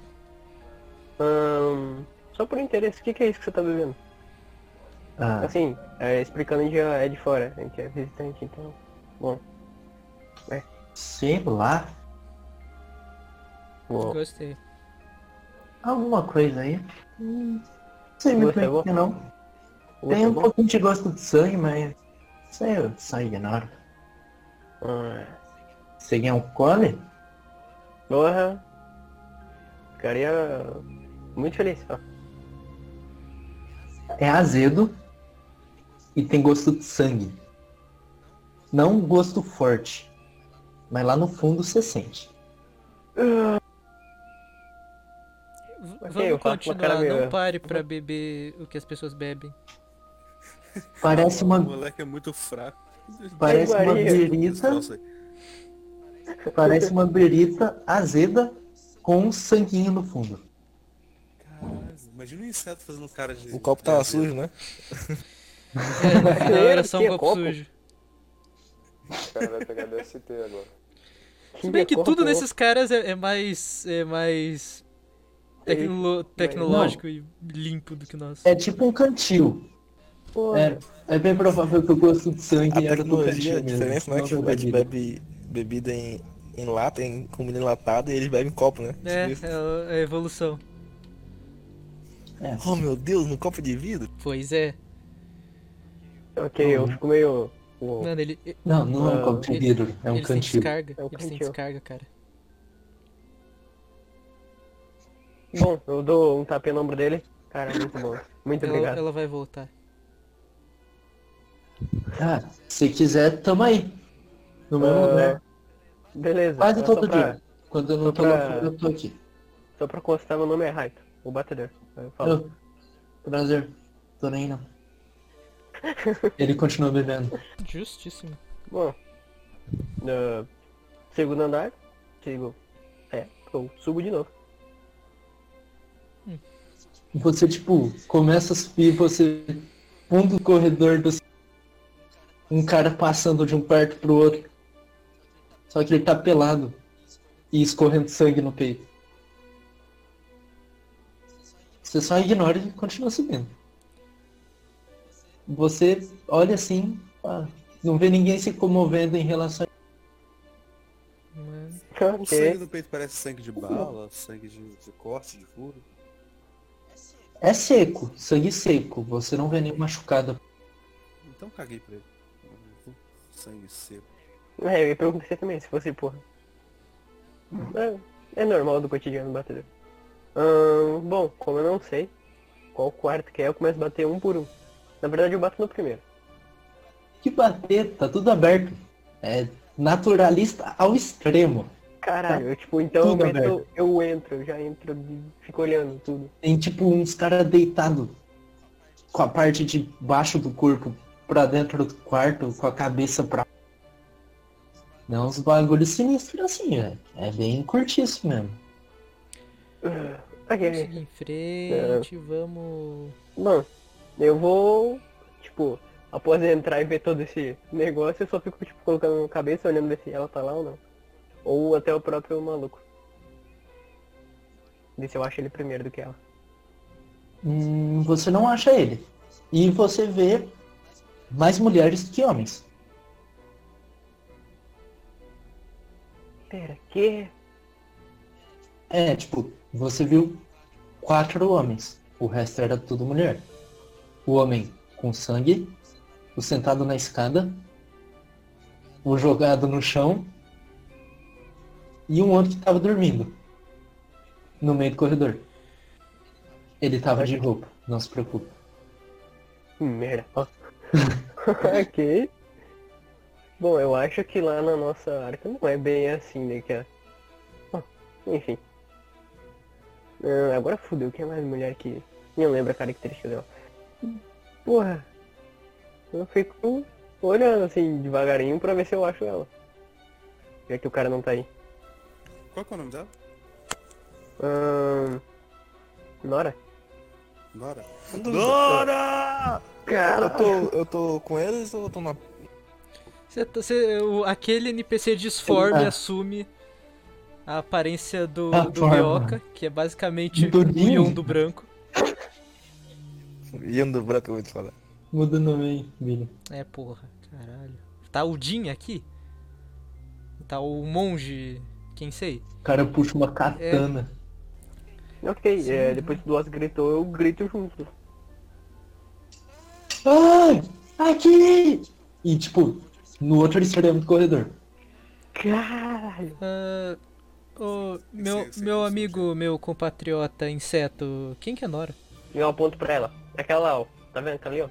D: Ahn, só por interesse, o que, que é isso que você tá bebendo?
A: Ah,
D: Assim, é, explicando a gente já é de fora, a gente é visitante, então.
A: sei lá.
D: Uou.
B: Gostei.
A: Alguma coisa aí. Hum, Não sei muito
D: Gosto é
A: bem o que é, não.
D: tá
A: Tem um pouquinho de gosto de sangue, mas isso aí eu só ignoro.
D: Ah,
A: Você ganha um cole?
D: Porra. Ficaria muito feliz, ó.
A: É azedo e tem gosto de sangue. Não um gosto forte, mas lá no fundo você sente.
B: V-
D: Ok, eu
B: Vamos
D: faço uma cara
B: continuar,
D: meio-
B: não pare pra beber o que as pessoas bebem.
A: Parece
C: O
A: uma,
C: moleque é muito fraco.
A: parece uma
D: Maria.
A: berita, parece uma berita azeda com um sanguinho no fundo.
C: Caralho, Imagina um inseto fazendo cara de.
F: O copo
C: de
F: tava
C: azedo.
F: sujo, né?
B: É, na final era só um
D: Que
B: copo,
D: copo?
B: sujo.
E: O cara vai pegar DST agora.
B: Se bem que
D: Corpo,
B: tudo nesses caras é, é mais. é mais. tecnolo-
D: é-
B: tecnológico e limpo do que nós.
A: É tipo um cantil.
D: Porra.
A: É, é bem provável que o gosto de
F: A
A: sangue era do
F: tecnologia, a
A: cantil
F: diferença
A: mesmo.
F: não é que
A: da
F: a gente
A: bebida.
F: bebe bebida em, em lata, em comida enlatada, e eles bebem em copo, né?
B: É,
F: Isso.
B: é a- é a evolução.
A: É.
F: Oh meu Deus, no copo de vidro?
B: Pois é.
D: Ok, eu fico meio. Uou.
B: Mano, ele, ele-
A: Não, não é um
D: Ah,
A: copo de
B: ele-
A: vidro, Tipo, é um
B: eles têm
A: cantil.
B: descarga.
D: É um
B: eles têm
D: cantil.
B: descarga, cara.
D: Bom, eu dou um tapinha no ombro dele. Cara, muito bom.
A: Tá
D: Muito
B: Ela,
D: obrigado.
B: ela vai voltar.
A: Ah, se quiser, tamo aí. No mesmo
D: Ah,
A: lugar.
D: Beleza.
A: Quase
D: é
A: todo
D: só pra,
A: dia. Quando eu não
D: só
A: tô
D: pra-
A: louco, eu tô aqui.
D: Só pra constar, meu nome é Raito, o batedor. Eu falo.
A: Eu- prazer. Tô nem aí, não. Ele continua bebendo.
B: Justíssimo.
D: Bom. ah, segundo andar. Sigo. É, eu subo de novo.
A: Você, tipo, começa a subir, você... Fundo do corredor do... Um cara passando de um quarto pro outro. Só que ele tá pelado. E escorrendo sangue no peito. Você só ignora e continua subindo. Você olha assim, ah, não vê ninguém se comovendo em relação
B: Mas-
A: É.
C: O sangue
D: Ok.
C: do peito parece sangue de bala, sangue de, de corte, de furo.
A: É seco, sangue seco. Você não vê nem machucado.
C: Então caguei pra ele. Sangue seco.
D: É, eu ia perguntar também, se fosse porra. É, é normal do cotidiano batedor. Ahn, bom, como eu não sei qual quarto que é, eu começo a bater um por um. Na verdade eu bato no primeiro.
A: Que bater, tá tudo aberto. É naturalista ao extremo.
D: Caralho, eu, tipo, então eu
A: Tudo
D: entro, eu entro, eu já entro, fico olhando tudo.
A: Tem tipo uns caras deitados com a parte de baixo do corpo pra dentro do quarto, com a cabeça pra. Não, uns bagulhos sinistros assim, velho. É bem curtíssimo mesmo.
D: Ok,
A: É.
B: Vamos seguir em frente, vamos.
D: Bom, eu vou, tipo, após entrar e ver todo esse negócio, eu só fico, tipo, colocando na cabeça, olhando ver se ela tá lá ou não. Ou até o próprio maluco. Ver se eu acho ele primeiro do que ela.
A: Hum, você não acha ele. E você vê mais mulheres que homens.
D: Pera, que?
A: É, tipo, você viu quatro homens. O resto era tudo mulher. O homem com sangue, o sentado na escada, o jogado no chão e um outro que tava dormindo no meio do corredor. Ele tava de roupa, não se preocupe.
D: Merda. ó. ok. Bom, eu acho que lá na nossa arca não é bem assim, né, que é... Bom, enfim. Ah, agora fudeu, quem é mais mulher que... Nem lembro a característica dela. Porra. Eu fico olhando assim, devagarinho, pra ver se eu acho ela. Já que o cara não tá aí.
C: Qual que é o nome dela?
D: Ahn, Nora?
C: Nora.
F: Quando-
C: Nora!
D: Cara,
F: Eu tô, eu tô com eles ou eu tô na.
B: Cê tá- cê- o- aquele NPC disforme
A: Ah.
B: assume a aparência do,
A: Ah,
B: do
A: forma.
B: Bioca, que é basicamente
A: Do
B: o
A: Dinho?
B: Leon do branco.
F: Indo branco, eu vou te falar.
A: Muda o nome aí, Billy.
B: É, porra, caralho. Tá o Din aqui? Tá o monge, quem sei?
A: O cara puxa uma katana.
D: ok. É, depois que o Duas gritou, eu grito junto.
A: É. Ai, aqui! E tipo, no outro extremo do corredor.
D: Caralho.
B: Ah, ô, meu
C: Sim, sim,
B: meu
C: sim,
B: amigo, meu compatriota inseto, quem que é Nora?
D: Eu aponto pra ela. Aquela lá, ó. Tá vendo? Aquela ali, ó.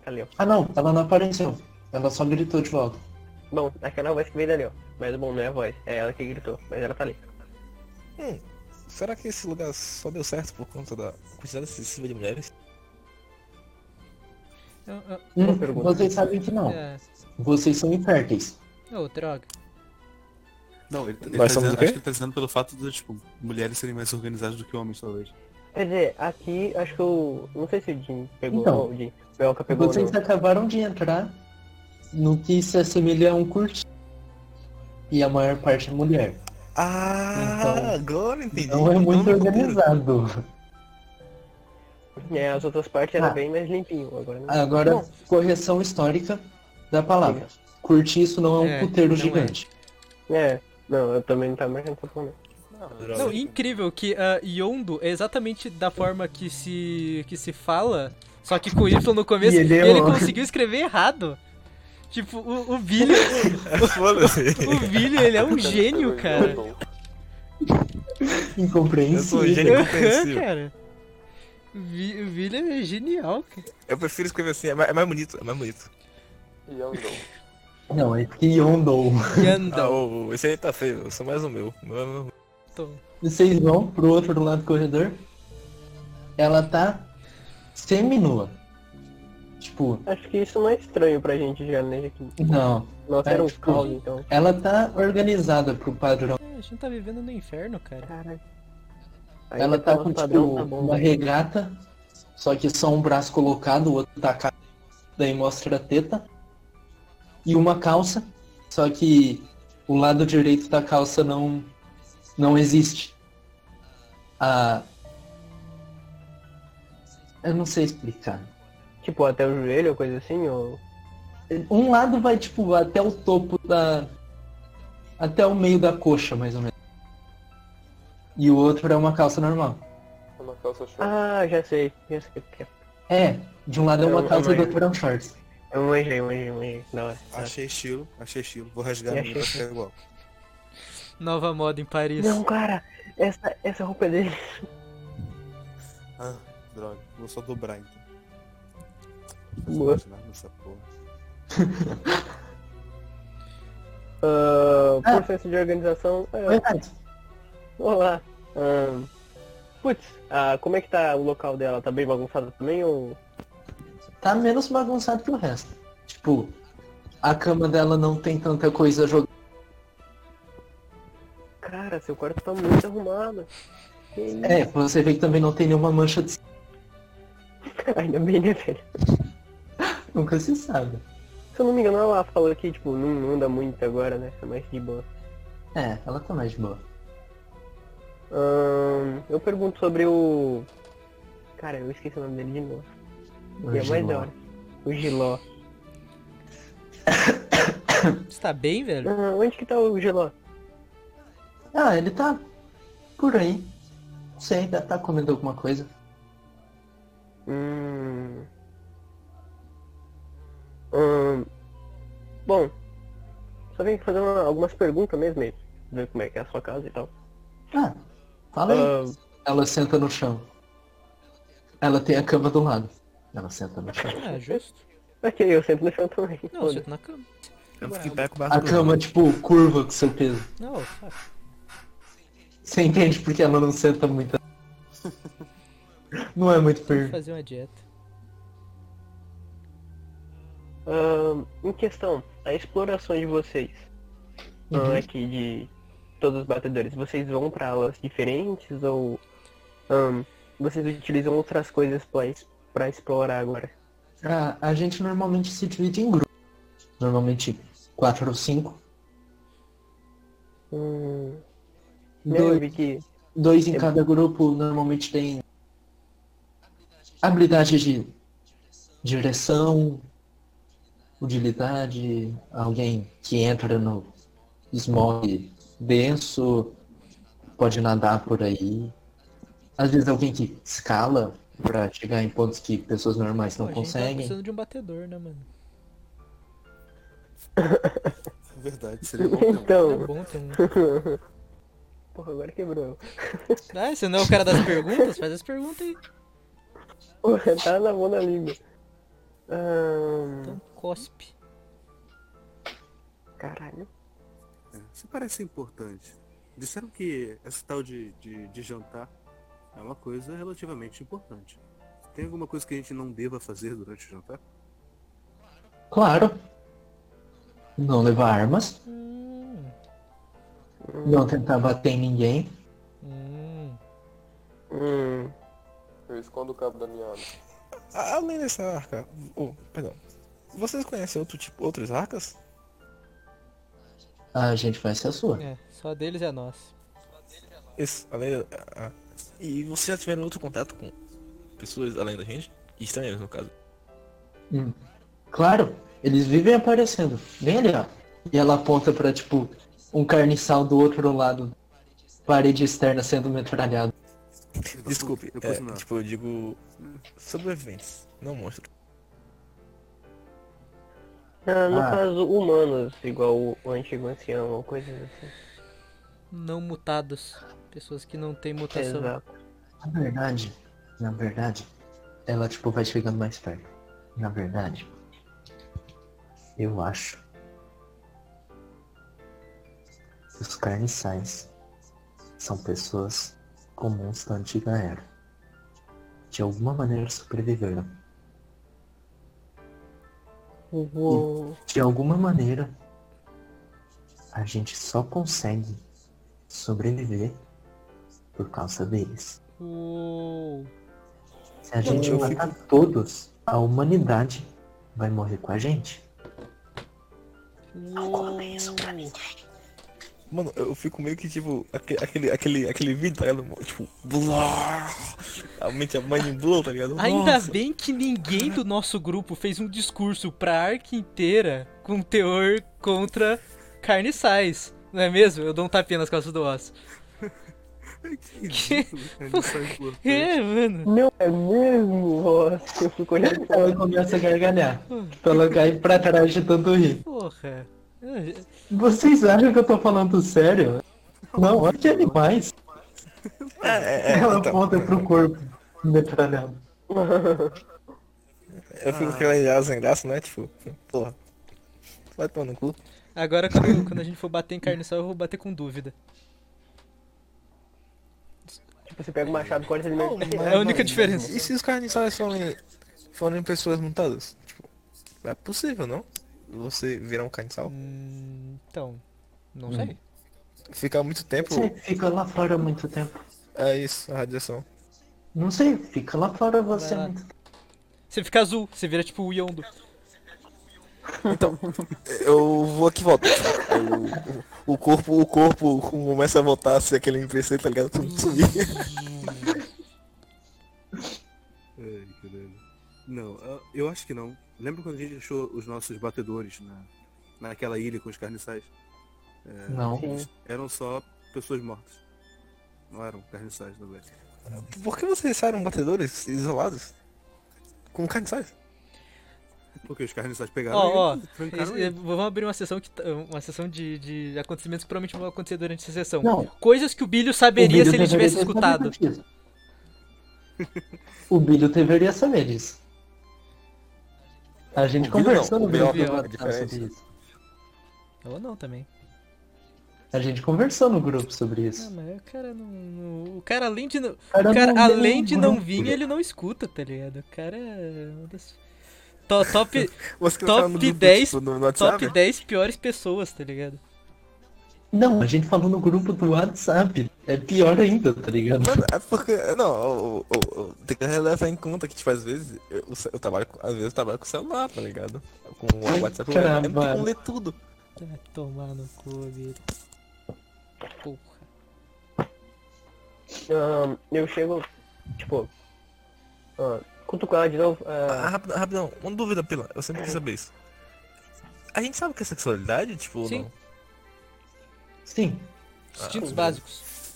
D: Aquela ali, ó.
A: Ah não, ela não apareceu. Ela só gritou de volta.
D: Bom, aquela é voz que veio dali, ó. Mas bom, não é a voz, é ela que gritou, mas ela tá ali.
F: Será que esse lugar só deu certo por conta da quantidade excessiva de mulheres?
B: Ah,
A: Hum,
D: pergunta.
A: vocês sabem que
B: ah,
A: não.
B: é.
A: Vocês são inférteis.
B: Ô, droga.
C: Não, ele, ele
F: Nós
C: tá
F: somos
C: dizendo,
F: o quê?
C: acho que ele tá dizendo pelo fato de, tipo, mulheres serem mais organizadas do que homens, talvez.
D: Quer dizer, aqui acho que eu. Não sei se o Jim pegou
A: Então.
D: ou o Jim. O Belka pegou ou
A: Vocês
D: não.
A: acabaram de entrar no que se assemelha a um curso. E a maior parte é mulher.
F: Ah,
A: Então,
F: agora entendi.
A: Não é muito
F: Então,
A: organizado.
D: É, as outras partes era
A: Ah.
D: bem mais limpinho, agora não.
A: Agora,
D: Bom,
A: correção histórica da palavra. Curtiço não é um
B: É,
A: puteiro
B: não é.
A: gigante.
D: é, não, eu também não tava marcando essa porra, não.
B: Não, incrível que ah, Yondo é exatamente da forma que se que se fala, só que com Y no começo,
A: E
B: e
A: ele
B: ele,
A: é o-
B: conseguiu escrever errado. Tipo, o, o Billy, o Billy, ele é um gênio,
E: Tá
B: cara.
F: Eu sou um
A: Incompreensível.
F: gênio
B: Aham,
F: compreensível.
B: cara. O Vi- o Billy é genial, cara.
F: Eu prefiro escrever assim, é mais, é mais bonito, é mais bonito.
E: E eu não.
A: Não, é que Yondou.
F: Ah,
B: Yandão.
F: ô, ô, esse aí tá feio, eu sou mais o meu. O meu é o meu.
A: Vocês vão pro outro lado do corredor. Ela tá seminua. Tipo,
D: Acho que isso não é estranho pra gente já, né? já que
A: não.
D: Nossa,
A: É,
D: era um
A: tipo,
D: caos, então.
A: Ela tá organizada pro padrão.
B: A gente tá vivendo no inferno, cara.
D: Caralho.
A: ela tá com tipo, uma
D: velho.
A: regata, só que só um braço colocado, o outro tá ca- daí mostra a teta. E uma calça, só que o lado direito da calça não não existe. A Eu não sei explicar.
D: Tipo, até o joelho ou coisa assim, ou.
A: Um lado vai tipo até o topo da até o meio da coxa, mais ou menos. E o outro é uma calça normal.
E: É uma calça short.
D: Ah, já sei, já sei o que é.
A: É, de um lado é
D: É
A: uma
D: uma
A: calça e do
D: mãe.
A: outro é um shorts.
D: Eu é, manjei, manjei, manjei. Da hora. da hora.
C: Achei estilo, achei estilo. Vou
A: É.
C: rasgar
D: Eu
C: no meu pra
D: achei
C: ficar igual.
B: Nova moda em Paris.
D: Não, cara, essa, essa roupa é dele.
C: Ah, droga. Vou só dobrar então. Não
A: Boa.
C: faz nada nessa porra.
D: Ah,
A: Ah.
D: processo de organização. é,
A: Verdade.
D: olá. Ahn, putz, ah, como é que tá o local dela? Tá bem bagunçado também ou.
A: Tá menos bagunçado que o resto. Tipo, a cama dela não tem tanta coisa jogada.
D: Cara, seu quarto tá muito arrumado. Que isso?
A: É, você vê que também não tem nenhuma mancha de.
D: Ainda bem, né, velho?
A: Nunca se sabe.
D: Se eu não me engano, ela falou que, tipo, não não anda muito agora, né? É mais de boa.
A: É, ela tá mais de boa.
D: Ahn, eu pergunto sobre o. Cara, eu esqueci o nome dele de novo. E é mais da hora. O Giló.
B: Você tá bem, velho?
D: Ah, onde que tá o Giló?
A: Ah, ele tá por aí. Não sei, ainda tá comendo alguma coisa.
D: Hum. Hum. Bom, só vim fazer uma- algumas perguntas mesmo, aí, ver como é que é a sua casa e tal.
A: Ah, fala aí.
D: Ah,
A: Ela senta no chão. Ela tem a cama do lado. Ela senta no chão.
B: Ah, justo.
D: ok, eu sempre no chão também.
B: Não,
D: foda.
B: você tá na cama.
F: Eu fiquei pé com o
A: A
F: barco.
A: cama, tipo, curva com seu peso.
B: Não, tá.
A: Você entende porque ela não senta muito. Não é muito
B: Tem que
A: per...
B: fazer uma dieta.
D: Ahn, Hum, em questão, a exploração de vocês ah,
B: Uhum.
D: aqui de todos os batedores, vocês vão pra alas diferentes ou ahn, vocês utilizam outras coisas pra, es- pra explorar agora?
A: Ah, a gente normalmente se divide em grupos. Normalmente quatro ou cinco.
D: Hum, né, eu
A: Dois,
D: vi que
A: dois
B: É
A: em cada grupo normalmente tem habilidade de direção, utilidade, alguém que entra no smog denso, pode nadar por aí. Às vezes alguém que escala para chegar em pontos que pessoas normais
B: Pô,
A: não
B: a gente tá
A: conseguem.
B: precisando de um batedor, né, mano?
C: É Verdade, seria bom ter um.
B: É
D: Então.
B: bom ter um.
D: Porra, agora quebrou.
B: Ah, você não é o cara das perguntas? Faz as perguntas aí.
D: Porra, tá na mão da língua. Ahn,
B: Então, cospe.
D: caralho.
C: É, Isso parece importante. Disseram que essa tal de, de, de jantar é uma coisa relativamente importante. Tem alguma coisa que a gente não deva fazer durante o jantar?
A: Claro. Não levar armas,
B: Hum.
A: não tentar bater em ninguém.
B: Hum.
D: Hum,
E: Eu escondo o cabo da minha arma.
F: Além dessa arca. Oh, perdão. Vocês conhecem outro tipo, outras arcas?
A: A gente vai ser a sua.
B: É, só deles é nós.
F: Isso, além da. ah, ah. E vocês já tiveram outro contato com pessoas além da gente? Estranhas, no caso.
A: Hum. Claro, eles vivem aparecendo. Bem ali, ó. E ela aponta pra, tipo, um carniçal do outro lado. Parede externa sendo metralhado.
F: Desculpe,
C: Depois
F: é,
C: não.
F: tipo, eu digo sobreviventes, não monstros.
D: ah, no
A: Ah.
D: caso, humanos, igual o, o antigo ancião, ou coisas assim.
B: Não mutados. Pessoas que não têm mutação.
D: Exato.
A: Na verdade, na verdade, ela, tipo, vai chegando mais perto. Na verdade, eu acho que os carniçais são pessoas comuns da antiga era. De alguma maneira sobreviveram.
D: Vou...
A: De alguma maneira, a gente só consegue sobreviver por causa deles.
B: Uou.
A: Se a gente
F: eu
A: matar todos, a humanidade vai morrer com a gente.
B: Uou.
F: Mano, eu fico meio que tipo, aque- aquele, aquele, aquele vídeo, tá ligado? Tipo, blá, a mente, a mind blow, tá ligado?
B: Ainda
F: Nossa,
B: bem que ninguém do nosso grupo fez um discurso pra arca inteira com teor contra carniçais. Não é mesmo? Eu dou um tapinha nas costas do osso.
C: Que ridículo, cara, isso é importante.
B: É, mano.
D: Não é mesmo? Nossa, eu fico olhando pra
A: Ela começa Então a gargalhar. Ela cai pra trás de tanto rir.
B: Porra.
A: Vocês acham que eu tô falando sério? Não, olha que animais.
F: é, é, é,
A: Ela
F: então,
A: aponta pro corpo. metralhado.
F: Eu fico com aquela ideia sem graça, né? Tipo, porra. Vai tomar no cu.
B: Agora, quando, quando a gente for bater em carne só, eu vou bater com dúvida.
D: Tipo, você pega o machado, corta ele mesmo.
B: É a única diferença.
F: E se os carniçais forem, forem pessoas montadas? Tipo, é possível, não? Você virar um carniçal?
B: Hum, Então, não
A: Hum.
B: sei.
F: Ficar muito tempo,
A: Você fica lá fora muito tempo.
F: é isso, a radiação.
A: Não sei, fica lá fora você
B: Vai lá.
A: muito tempo.
B: Você fica azul, você vira tipo o Yondo.
F: Eu vou aqui e volto. Aí o, o corpo, o corpo começa a voltar a ser aquele NPC, tá ligado? Tudo sumir.
C: Ai, caralho. Não, eu- eu acho que não. Lembra quando a gente achou os nossos batedores na, naquela ilha com os carniçais?
A: Não.
C: Eram só pessoas mortas. Não eram carniçais, na verdade.
F: Por que vocês saíram batedores isolados? Com um carniçais?
C: Porque os carniçais pegaram
B: Ó, ó,
C: e trancaram
B: esse-
C: ele.
B: vamos abrir uma sessão, que, tá- uma sessão de, de acontecimentos que provavelmente vão acontecer durante essa sessão.
A: Não.
B: Coisas que o Bilho saberia
A: O Bilho
B: se
A: deveria
B: ele tivesse
A: ter
B: escutado.
A: sabido disso. o Bilho deveria saber disso. A gente
F: O Bilho não,
A: conversou
F: o
A: no
F: B.O.
A: grupo do
F: é
A: WhatsApp
F: diferente.
A: sobre isso.
B: Ou não também.
A: A gente conversou no grupo sobre
B: Ah,
A: isso.
B: mas o cara não, não- O cara além de não.
A: O cara
B: o cara,
A: não vê
B: além de
A: o
B: não
A: grupo.
B: vir, ele não escuta, tá ligado? O cara é. uma das- To- Top,
F: Você que
B: Top
F: tava no grupo,
B: 10,
F: tipo, no
B: top
F: WhatsApp?
B: 10 piores pessoas, tá ligado?
A: Não, a gente falou no grupo do WhatsApp. É pior ainda, tá ligado?
F: Mano, é porque. Não, o- o- o- tem que levar em conta que, tipo, às vezes eu, o ce- eu trabalho. com- Às vezes eu trabalho com o celular, tá ligado? Com o WhatsApp, eu eu não tenho
A: Caramba.
F: como ler tudo.
B: Tá tomar no cu, Bilho. Porra.
D: Ahn, eu chego, tipo, ah, cutuco ela de novo. ah,
F: Ah, rápido- rapidão, uma dúvida, Pila, eu sempre quis saber isso. A gente sabe o que é sexualidade, tipo, ou
B: Sim.
F: não?
A: Sim,
D: Ah, é.
B: Instintos básicos.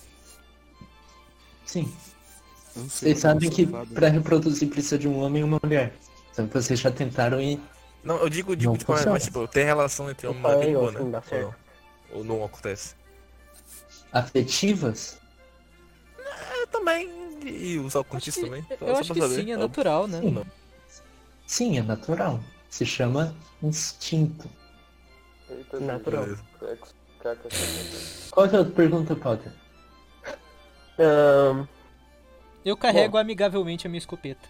A: sim.
C: Não sei,
A: Vocês sabem que
C: safado.
A: pra reproduzir precisa de um homem e uma mulher. Então vocês já tentaram e
F: Não, eu digo, eu digo
A: Não
F: tipo, mas,
A: funciona.
F: tipo, tem relação entre homem e
D: Eu
F: mulher, de
D: falei,
F: boa,
D: ó,
F: né?
D: não dá
F: Ou não? Ou não acontece?
A: afetivas?
F: Eu É, também, e e os alcontistas também.
B: Eu
F: só-
B: eu
F: só
B: acho
F: pra
B: que
F: saber. Então,
B: sim, é
F: Eu-
B: natural, né?
A: Sim. Sim, é natural. Se chama instinto.
E: Eita,
D: Natural.
E: gente. Sexo, caca, caca.
A: Qual que é a outra pergunta, Potter?
D: ahn,
B: Eu carrego amigavelmente a minha escopeta.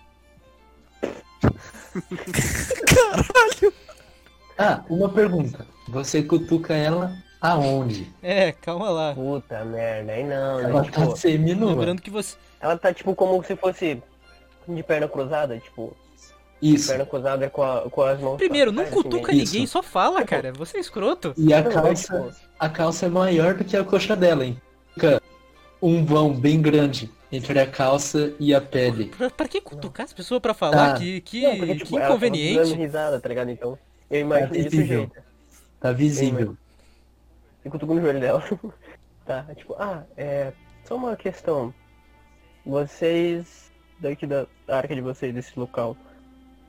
A: Ah, uma pergunta. Você cutuca ela aonde?
B: É, calma lá.
D: puta merda, aí não, né?
A: Ela tá
D: Tipo,
A: seminua.
B: Lembrando que você.
D: ela tá tipo como se fosse de perna cruzada, tipo,
A: Isso.
D: perna cruzada com, a- com as mãos.
B: Primeiro,
D: pra
B: não
D: trás, assim,
B: cutuca
A: Isso.
B: ninguém, só fala, cara. Você é escroto.
A: E a
D: meio- Não, mas, tipo,
A: calça, a calça é maior do que a coxa dela, hein? Fica um vão bem grande entre a calça e a pele.
B: Pra, pra que cutucar as pessoas pra falar?
A: Ah.
B: Que, que,
D: não, porque, tipo,
B: que
D: ela tava
B: inconveniente. É,
D: dando risada, tá ligado? Então, eu imagino
A: Tá
D: desse
A: visível.
D: jeito.
A: Tá visível.
D: E cutuco no joelho dela. tá, tipo, ah, é. Só uma questão. Vocês. Daqui da arca de vocês, desse local,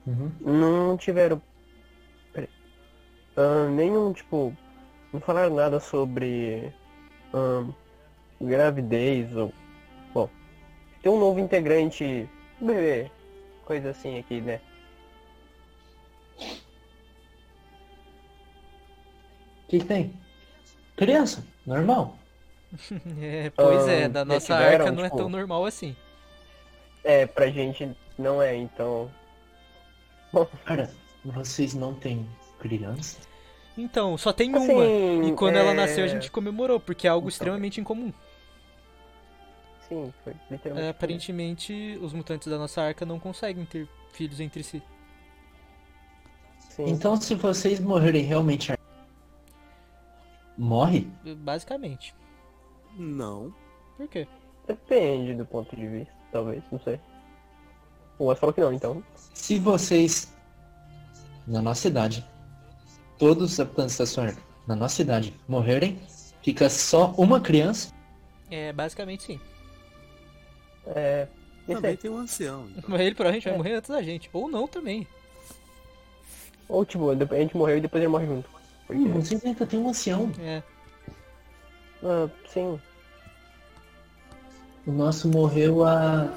A: Uhum.
D: não tiveram. Peraí. Ahn, nenhum, tipo. Não falaram nada sobre. ahn, gravidez ou. Bom. Tem um novo integrante. Um bebê. Coisa assim aqui, né?
A: O que, que tem? Criança, normal.
B: É, pois é, da
D: Ah,
B: nossa
D: tiveram,
B: arca não é
D: tipo-
B: tão normal assim.
D: É, pra gente não é, então.
A: Cara, vocês não têm criança?
B: Então, só tem
D: Assim,
B: uma. E quando ela
D: é- Então.
B: nasceu, a gente comemorou, porque é algo extremamente incomum.
D: Sim, foi
B: É,
D: literalmente.
B: aparentemente, os mutantes da nossa arca não conseguem ter filhos entre si.
D: Sim.
A: Então se vocês morrerem realmente. Morre?
B: Basicamente.
C: Não.
B: Por quê?
D: Depende do ponto de vista, talvez, não sei. O Wes falou que não, então.
A: Se vocês, na nossa idade, todos os habitantes da sua arca, na nossa idade, morrerem, fica só uma criança.
B: É, basicamente sim.
D: É. Isso
C: Também
D: aí.
C: tem um ancião. então.
B: Mas ele provavelmente vai
D: É.
B: morrer antes da gente. Ou não também.
D: Ou tipo, a gente morreu e depois ele morre junto. Porque-
A: Hum, vocês ainda tem um ancião.
B: É.
D: Ah, sim.
A: O nosso morreu há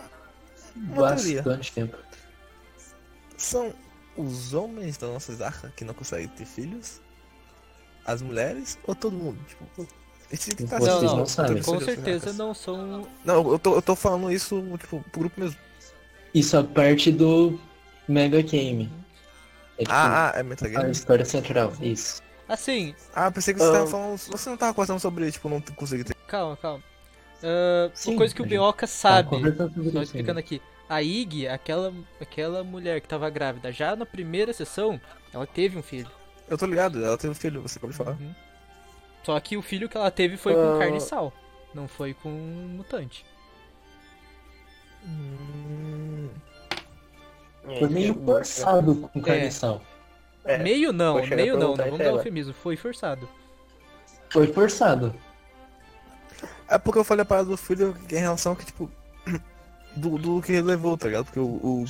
F: Uma teoria.
A: Bastante tempo.
F: São os homens da nossa zarca que não conseguem ter filhos? As mulheres ou todo mundo? Tipo, esse que tá
A: Vocês
B: não,
F: assistindo,
B: não,
A: não sabem.
B: com
F: todas as
B: certeza
F: zarcas.
B: não são.
F: Não, eu tô, eu tô falando isso, tipo, pro grupo mesmo.
A: Isso a parte do Mega Game. É tipo,
F: Ah, ah, é metagame.
A: a história central, isso.
B: Assim,
F: Ah, pensei que você tava falando. Você não tava conversando sobre, tipo, não conseguir ter.
B: calma, calma. Ah,
A: Sim,
B: uma coisa que o
A: a gente
B: Bioca sabe.
A: Tá, conversando sobre
B: Só
A: isso ainda.
B: explicando aqui. A Ig, aquela, aquela mulher que tava grávida, já na primeira sessão, ela teve um filho.
F: Eu tô ligado, ela teve um filho, você pode
A: Ah.
F: falar.
B: Uhum. Só que o filho que ela teve foi com carne e sal, não foi com um mutante.
A: Foi
F: É,
A: meio forçado com carne
B: É.
A: e sal.
D: É,
B: meio não,
D: vou chegar
B: meio
D: a
B: não, não
D: perguntar
B: vamos
D: isso a
B: dar
D: ela.
B: eufemismo, foi forçado.
A: Foi forçado.
F: É porque eu falei a parada do filho em relação que, tipo, do, do que ele levou, tá ligado? Porque o, o,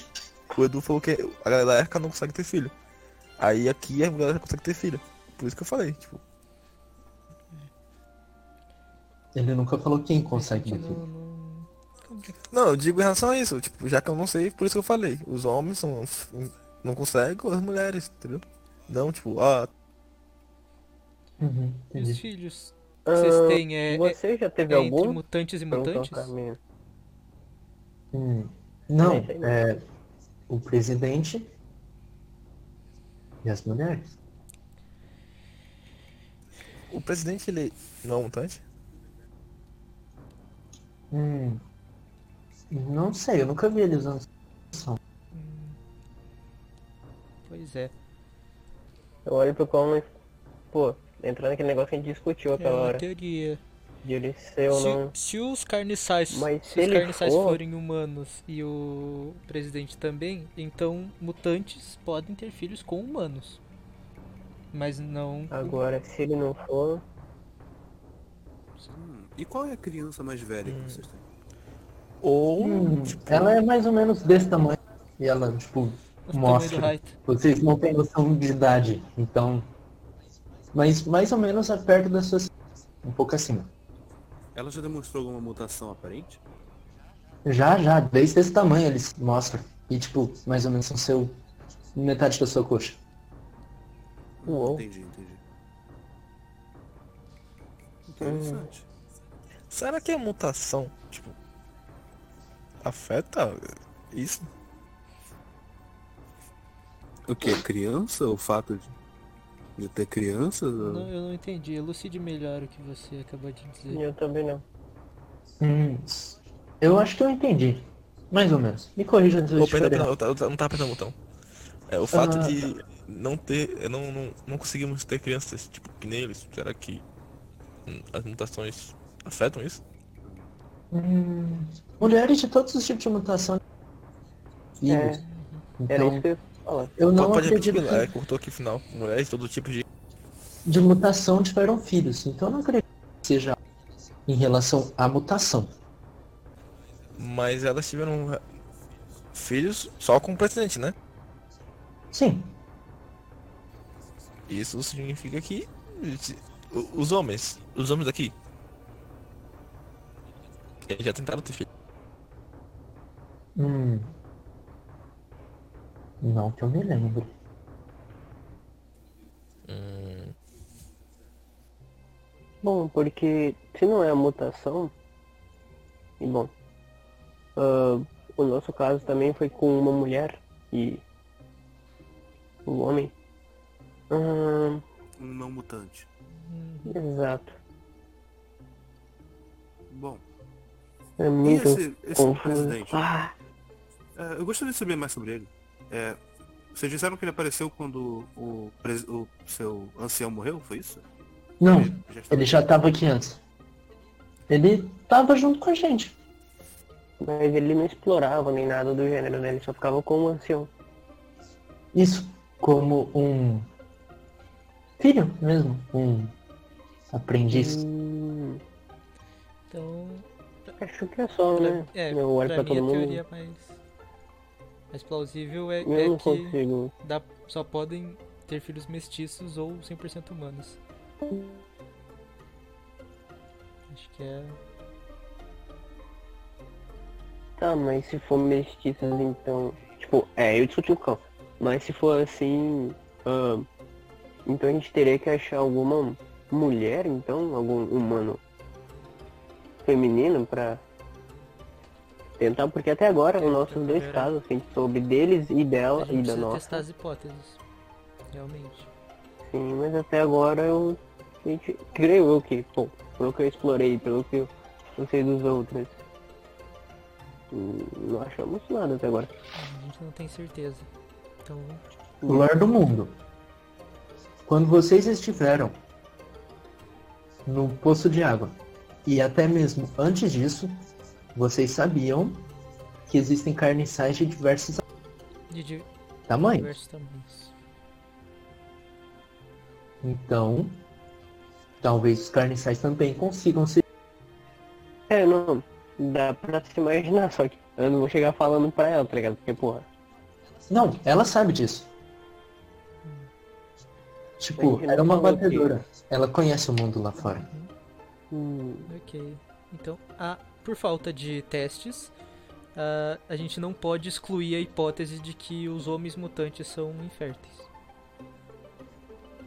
F: o Edu falou que a galera da Erka não consegue ter filho. Aí aqui a galera consegue ter filho. Por isso que eu falei, tipo,
A: Ele nunca falou quem consegue.
B: Não-
A: aquilo.
B: não-
F: Não, eu digo em relação a isso, tipo, já que eu não sei, por isso que eu falei. Os homens são, não conseguem ou as mulheres, entendeu? Não, tipo, ah,
A: Uhum,
B: E os
A: entendi.
B: filhos que
D: Ah,
B: vocês têm é, é-
D: Você já teve
B: é entre
D: algum?
B: mutantes e
D: Perguntou
B: mutantes?
D: pra mim.
A: Hum,
F: um-
A: Não,
D: É isso aí mesmo.
A: é o presidente e as mulheres.
F: o presidente ele não é um mutante?
A: Hum, Não sei, eu nunca vi ele usando.
B: Pois é.
D: Eu olho pro Colin, pô, entrando naquele negócio que a gente discutiu
B: É
D: aquela
B: uma
D: hora.
B: teoria.
D: De ele ser ou
B: se,
D: não.
B: se os carniçais,
D: Mas
B: se
D: se
B: os
D: ele
B: carniçais
D: for-
B: forem humanos e o presidente também, então mutantes podem ter filhos com humanos. Mas não.
D: Agora, se ele não for.
C: Hum, E qual é a criança mais velha que vocês têm?
F: Ou
A: Hum, Ela é mais ou menos desse tamanho. E ela, tipo,
B: o tamanho do
A: mostra.
B: Hyde.
A: Vocês não têm noção de idade, então. Mas mais ou menos é perto da sua. Um pouco acima.
C: Ela já demonstrou alguma mutação aparente?
A: Já, já, desde esse tamanho eles mostram. E tipo, mais ou menos são seu. metade da sua coxa. Um
D: Uou.
C: Entendi, entendi.
A: Hum.
C: Interessante.
F: será que a mutação, tipo, afeta isso?
C: O que? Criança? O fato de, de ter criança?
B: Não, eu não entendi. Elucide melhor o que você acabou de dizer.
D: Eu também não.
A: Hum, eu acho que eu entendi. Mais ou menos. Me corrija se eu
F: Ou
A: estiver
F: perdão,
A: errado.
F: tá, eu, ta- eu ta- não tava apertando o botão. É o fato
A: É Ah,
F: de não ter, não, não, não conseguimos ter crianças, tipo, que nem eles, será que hum, as mutações afetam isso?
A: Hum, mulheres de todos os tipos de mutação.
F: É.
A: E,
D: É, Era
A: então,
D: isso que eu ia falar.
A: eu não
F: Pode- pode repetir,
A: acredito que
F: é, cortou aqui o final. Mulheres, todo tipo de.
A: de mutação tiveram filhos. Então eu não acredito que seja em relação à mutação.
F: Mas elas tiveram é, filhos só com o presidente, né?
A: Sim.
F: Isso significa que se- o- os homens, os homens daqui, eles já tentaram ter filho.
A: Hum. Não que eu me lembro.
D: Bom, porque se não é a mutação, e bom, ah, o nosso caso também foi com uma mulher e o homem. Ah,
C: Um não mutante.
D: exato.
C: Bom,
D: É
C: e
D: muito
C: esse, esse
D: confuso.
C: presidente?
D: Ah,
C: É, eu gostaria de saber mais sobre ele. É, vocês disseram que ele apareceu quando o, pres- o seu ancião morreu, foi isso?
A: Não,
C: Já está-
A: ele já tava aqui antes. Ele tava junto com a gente.
D: mas ele não explorava nem nada do gênero, né? Ele só ficava com o ancião.
A: Isso, como um filho mesmo, um aprendiz.
D: Hum,
B: Então.
D: acho que é só, né?
B: Pra, é,
D: Eu olho pra,
B: pra mim
D: todo
B: a
D: mundo.
B: teoria mais. mais plausível é,
D: Eu
B: é
D: não
B: que
D: consigo.
B: dá, só podem ter filhos mestiços ou 100% humanos. Acho que é.
D: Tá, mas se for mestiças, então. Tipo, é, eu discuti o cão. Mas se for assim. ahn, então a gente teria que achar alguma mulher, então, algum humano feminino pra tentar, porque até agora, os nossos dois
B: Mulher.
D: casos, que a gente soube deles e
B: é. A
D: dela
B: gente
D: e da
B: precisa
D: nossa.
B: testar as hipóteses. Realmente.
D: Sim, mas até agora eu. A gente, creio eu que, pô, pelo que eu explorei, pelo que eu, eu sei dos outros. hum, Não achamos nada até agora.
B: A gente não tem certeza. Então,
A: O lar do mundo. Quando vocês estiveram no poço de água, e até mesmo antes disso, vocês sabiam que existem carniçais de diversos
B: de di-
A: tamanhos.
B: diversos tamanhos.
A: Então, talvez os carniçais também consigam se.
D: É, não. Dá pra se imaginar, só que eu não vou chegar falando pra ela, tá ligado? Porque, porra,
A: Não, ela sabe disso.
D: A
A: Tipo,
D: gente não
A: era uma
D: falou que-
A: batedora. Ela conhece o mundo lá fora.
D: hum,
B: Ok. Então, a, por falta de testes, ah, a gente não pode excluir a hipótese de que os homens mutantes são inférteis.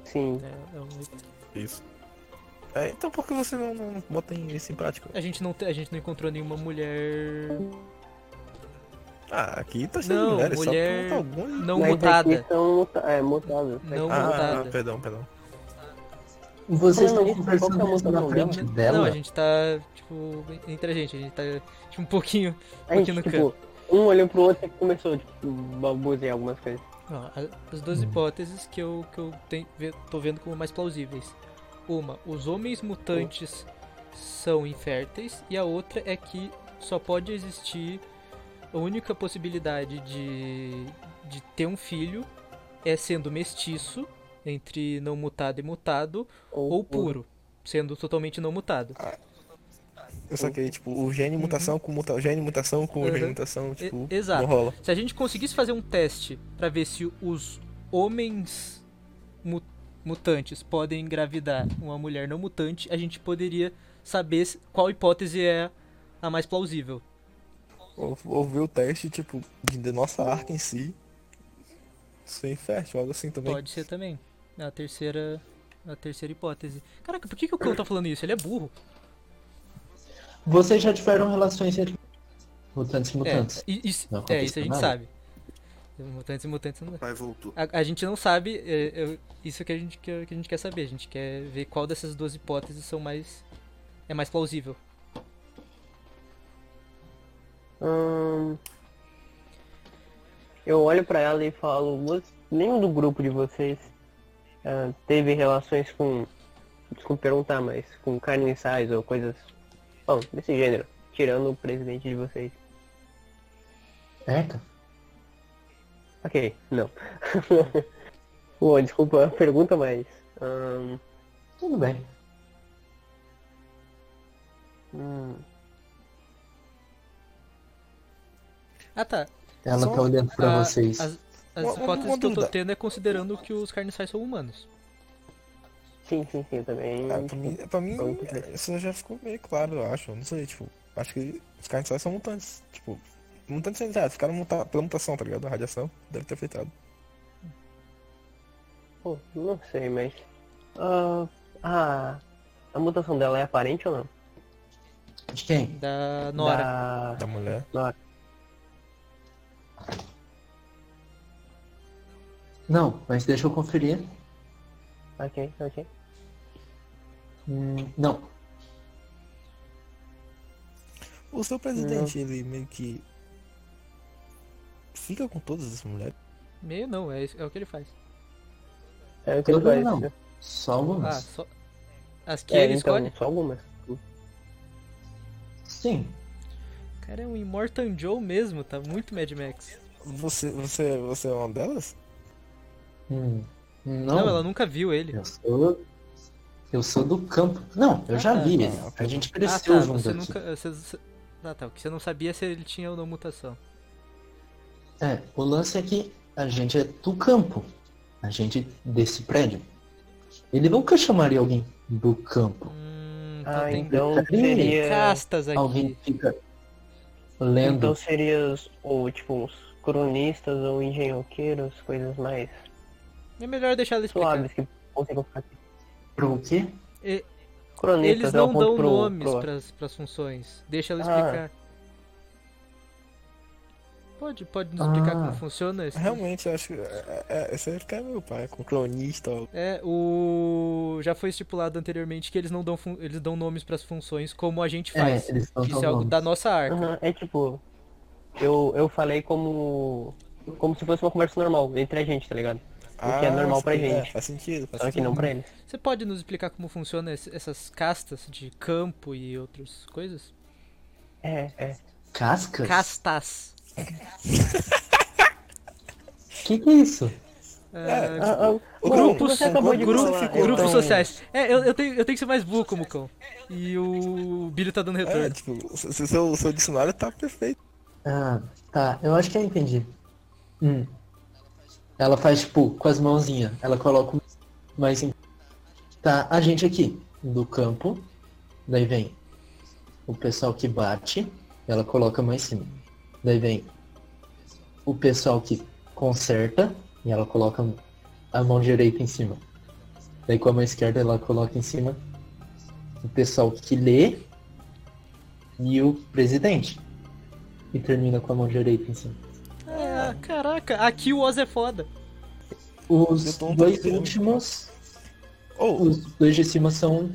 D: sim.
B: É, é um-
F: Isso. É, então por que você não, não bota em- isso em prática?
B: a, gente não, te- a gente não encontrou nenhuma mulher
F: Ah, aqui tá cheio
B: Não,
F: de mulheres,
B: mulher-
F: só pergunta alguma.
B: não
D: Mas é
B: mutada.
D: aqui são muta é, mutadas.
B: Não
F: Ah,
B: montada.
F: perdão, perdão.
A: Vocês
D: Não, é
A: estão
D: isso, qual que é a
A: conversando isso
D: música
A: na
D: do
A: frente
D: programa?
A: dela?
B: Não, a gente tá, tipo, entre a gente. A gente tá, tipo, um pouquinho.
D: A gente,
B: Porque no
D: tipo, um olhou pro outro e começou, tipo, balbuziar algumas coisas.
B: Ó, a- as duas hipóteses que eu, que eu ten- ve- tô vendo como mais plausíveis. Uma, os homens mutantes são inférteis, e a outra é que só pode existir a única possibilidade de, de ter um filho é sendo mestiço, entre não mutado e mutado, ou puro, sendo totalmente não mutado.
F: Eu só que, tipo, o gene mutação com muta... gene mutação com
B: Uhum.
F: gene mutação,
B: E-
F: tipo,
B: exato.
F: não rola.
B: Se a gente conseguisse fazer um teste pra ver se os homens mu- mutantes podem engravidar uma mulher não mutante, a gente poderia saber se- qual hipótese é a mais plausível.
F: Ou, ou ver o teste, tipo, de, da nossa arca em si. Sem fértil, algo assim também.
B: Pode ser também. A terceira a terceira hipótese. Caraca, por que, que o cão tá falando isso? Ele é burro.
A: Vocês já tiveram relações entre mutantes e
B: É,
A: mutantes.
B: i- isso,
A: Não
B: é,
A: acontece
B: isso a gente
A: nada.
B: sabe. Mutantes e mutantes não
C: Pai voltou.
B: A, a gente não sabe, é, eu- isso que a, gente, que, que a gente quer saber. A gente quer ver qual dessas duas hipóteses são mais. é mais plausível.
D: Hum, eu olho pra ela e falo, "Você- nenhum do grupo de vocês ah, teve relações com, desculpa perguntar, mas com carniçais ou coisas, bom, desse gênero, tirando o presidente de vocês.
B: É.
A: Certo?
D: Ok, não. Bom, desculpa a pergunta, mas hum,
A: Tudo bem.
D: hum,
B: Ah tá.
A: Ela
F: Só
A: tá olhando pra
B: Ah,
A: vocês.
B: As, as
F: Uma- uma-
B: hipóteses
F: uma
B: que eu tô
F: dúvida.
B: tendo é considerando que os carniçais são humanos.
D: sim, sim, sim, eu também.
F: Ah, pra mim, pra mim,
D: Pronto, né?
F: isso já ficou meio claro, eu acho. Eu Não sei, tipo, acho que os caras só são mutantes. Tipo, mutantes são ah, ficaram muta pela mutação, tá ligado? A radiação deve ter afetado.
D: Pô, não sei, mas. ah, a, a mutação dela é aparente ou não?
A: De quem?
B: Da Nora.
D: Da-
F: Da mulher.
A: Não, mas deixa eu conferir.
D: Ok, ok.
A: Hum, não.
F: O seu presidente,
D: É.
F: ele meio que. Fica com todas as mulheres.
B: Meio não, é, isso- é o que ele faz.
D: É, eu
A: Todas
D: quero
A: não.
B: né?
D: fazer.
A: Só
B: Ah,
A: algumas.
B: só. As que
D: É,
B: ele
D: então,
B: escolhe.
D: só algumas.
B: Ah.
A: Sim.
B: O cara é um Immortan Joe mesmo, tá muito Mad Max.
F: Você, você, você é uma delas?
A: Hum, não.
B: Não, ela nunca viu ele.
A: Eu sou. Eu sou do campo. Não, eu
B: Ah,
A: já
B: tá.
A: vi ele.
F: Ah,
A: A gente
B: ah
A: cresceu
B: tá,
A: junto
B: você
A: aqui.
B: nunca. Você, ah tá, o que você não sabia é se ele tinha ou não mutação.
A: É, o lance é que a gente é do campo. A gente desse prédio. Ele nunca chamaria alguém do campo.
B: Hum, então
D: Ah,
B: tem
D: então
A: Tem
D: seria.
B: É castas aqui.
A: Alguém que fica lendo.
D: Então seria os- ou tipo uns cronistas ou engenhoqueiros, coisas mais
B: É melhor deixar ela explicar.
D: suaves que conseguem ficar aqui.
A: Pro quê?
D: Cronistas
B: Eles
D: é o
B: não
D: ponto
B: dão
D: pro-
B: nomes
D: pro-
B: pras, pras funções. Deixa ela
D: Ah.
B: explicar. Pode, pode nos explicar como
A: Ah.
B: funciona isso?
F: Realmente, eu acho que é, é, esse vai ficar meu pai, com cronista. ó.
B: É, o já foi estipulado anteriormente que eles não dão fun- eles dão nomes pras funções como a gente faz.
A: É, eles não
B: Isso
A: dão
B: é algo
A: nomes.
B: da nossa arca.
D: Aham, é tipo, eu, eu falei como. como se fosse uma conversa normal entre a gente, tá ligado? O que é normal pra
F: sim, é,
D: gente.
F: faz sentido, faz
D: Só que
F: sentido.
D: não pra eles.
B: Você pode nos explicar como funcionam esse- essas castas de campo e outras coisas?
D: É, é.
A: Cascas?
B: Castas.
A: Que que é isso?
B: Ah,
D: Ah, ah, bom,
F: Ô, Bruno,
D: o Então- que você
B: é
F: Bruno,
D: acabou de
F: Bruno,
D: falar,
F: É, você é, ficou
D: eu
B: grupos
D: não-
B: sociais. É, eu, eu tenho, eu tenho que ser mais burro como cão. E o Billy tá dando
F: É,
B: retorno.
F: tipo, se- se- seu, seu dicionário tá perfeito.
A: Ah, tá. Eu acho que eu entendi. Hum. Ela faz, tipo, com as mãozinhas. Ela coloca mais em... Tá, a gente aqui, do campo. Daí vem o pessoal que bate. Ela coloca mais em cima. Daí vem o pessoal que conserta. E ela coloca a mão direita em cima. Daí com a mão esquerda ela coloca em cima o pessoal que lê e o presidente. E termina com a mão direita assim. em cima.
B: Ah, caraca, aqui o Oz é foda.
A: Os
F: Eu tô um
A: dois
F: pouquinho.
A: últimos,
F: Ou,
A: os dois de cima são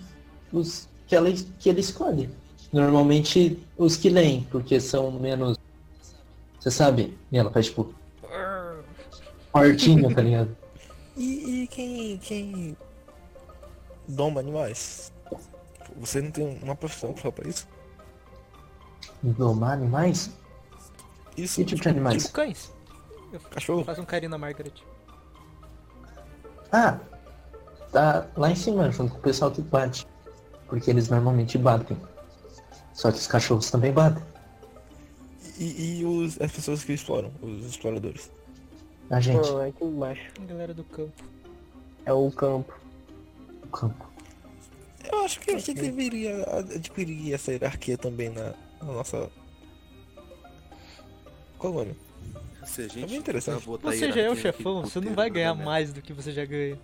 A: os que ela, que ele escolhe. Normalmente os que leem, porque são menos. Você sabe? E ela faz tipo. Fortinho, tá ligado?
F: e, e quem, quem doma animais? Você não tem uma profissão só pra isso?
A: Domar animais?
F: Isso,
A: Que tipo de animais?
B: Tipo cães.
F: cachorro?
B: Faz um carinho na Margaret.
A: Ah, tá lá em cima, junto com o pessoal que bate. Porque eles normalmente batem. Só que os cachorros também batem.
F: E, e os, as pessoas que exploram, os exploradores.
A: A gente,
D: Não, é aqui embaixo.
B: Galera do campo.
D: É o campo.
A: o campo.
F: Eu acho que a gente deveria adquirir essa hierarquia também na, na nossa colônia.
C: Se a gente
F: É bem interessante.
C: tentar botar
B: Você já é
C: hierarquia
B: o
C: naquele
B: chefão, você não
C: roteiro,
B: vai
C: né,
B: ganhar
C: né?
B: mais do que você já ganha.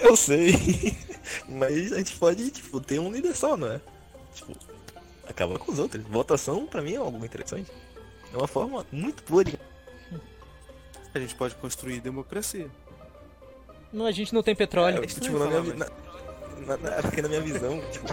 F: Eu sei. Mas a gente pode, tipo, ter um líder só, não é? Tipo, acaba com os outros. Votação, pra mim, é algo interessante. É uma forma muito boa de...
C: A gente pode construir democracia.
B: Não, a gente não tem petróleo.
F: É, tipo, na minha, vi- na, na- na- é porque na minha visão, tipo,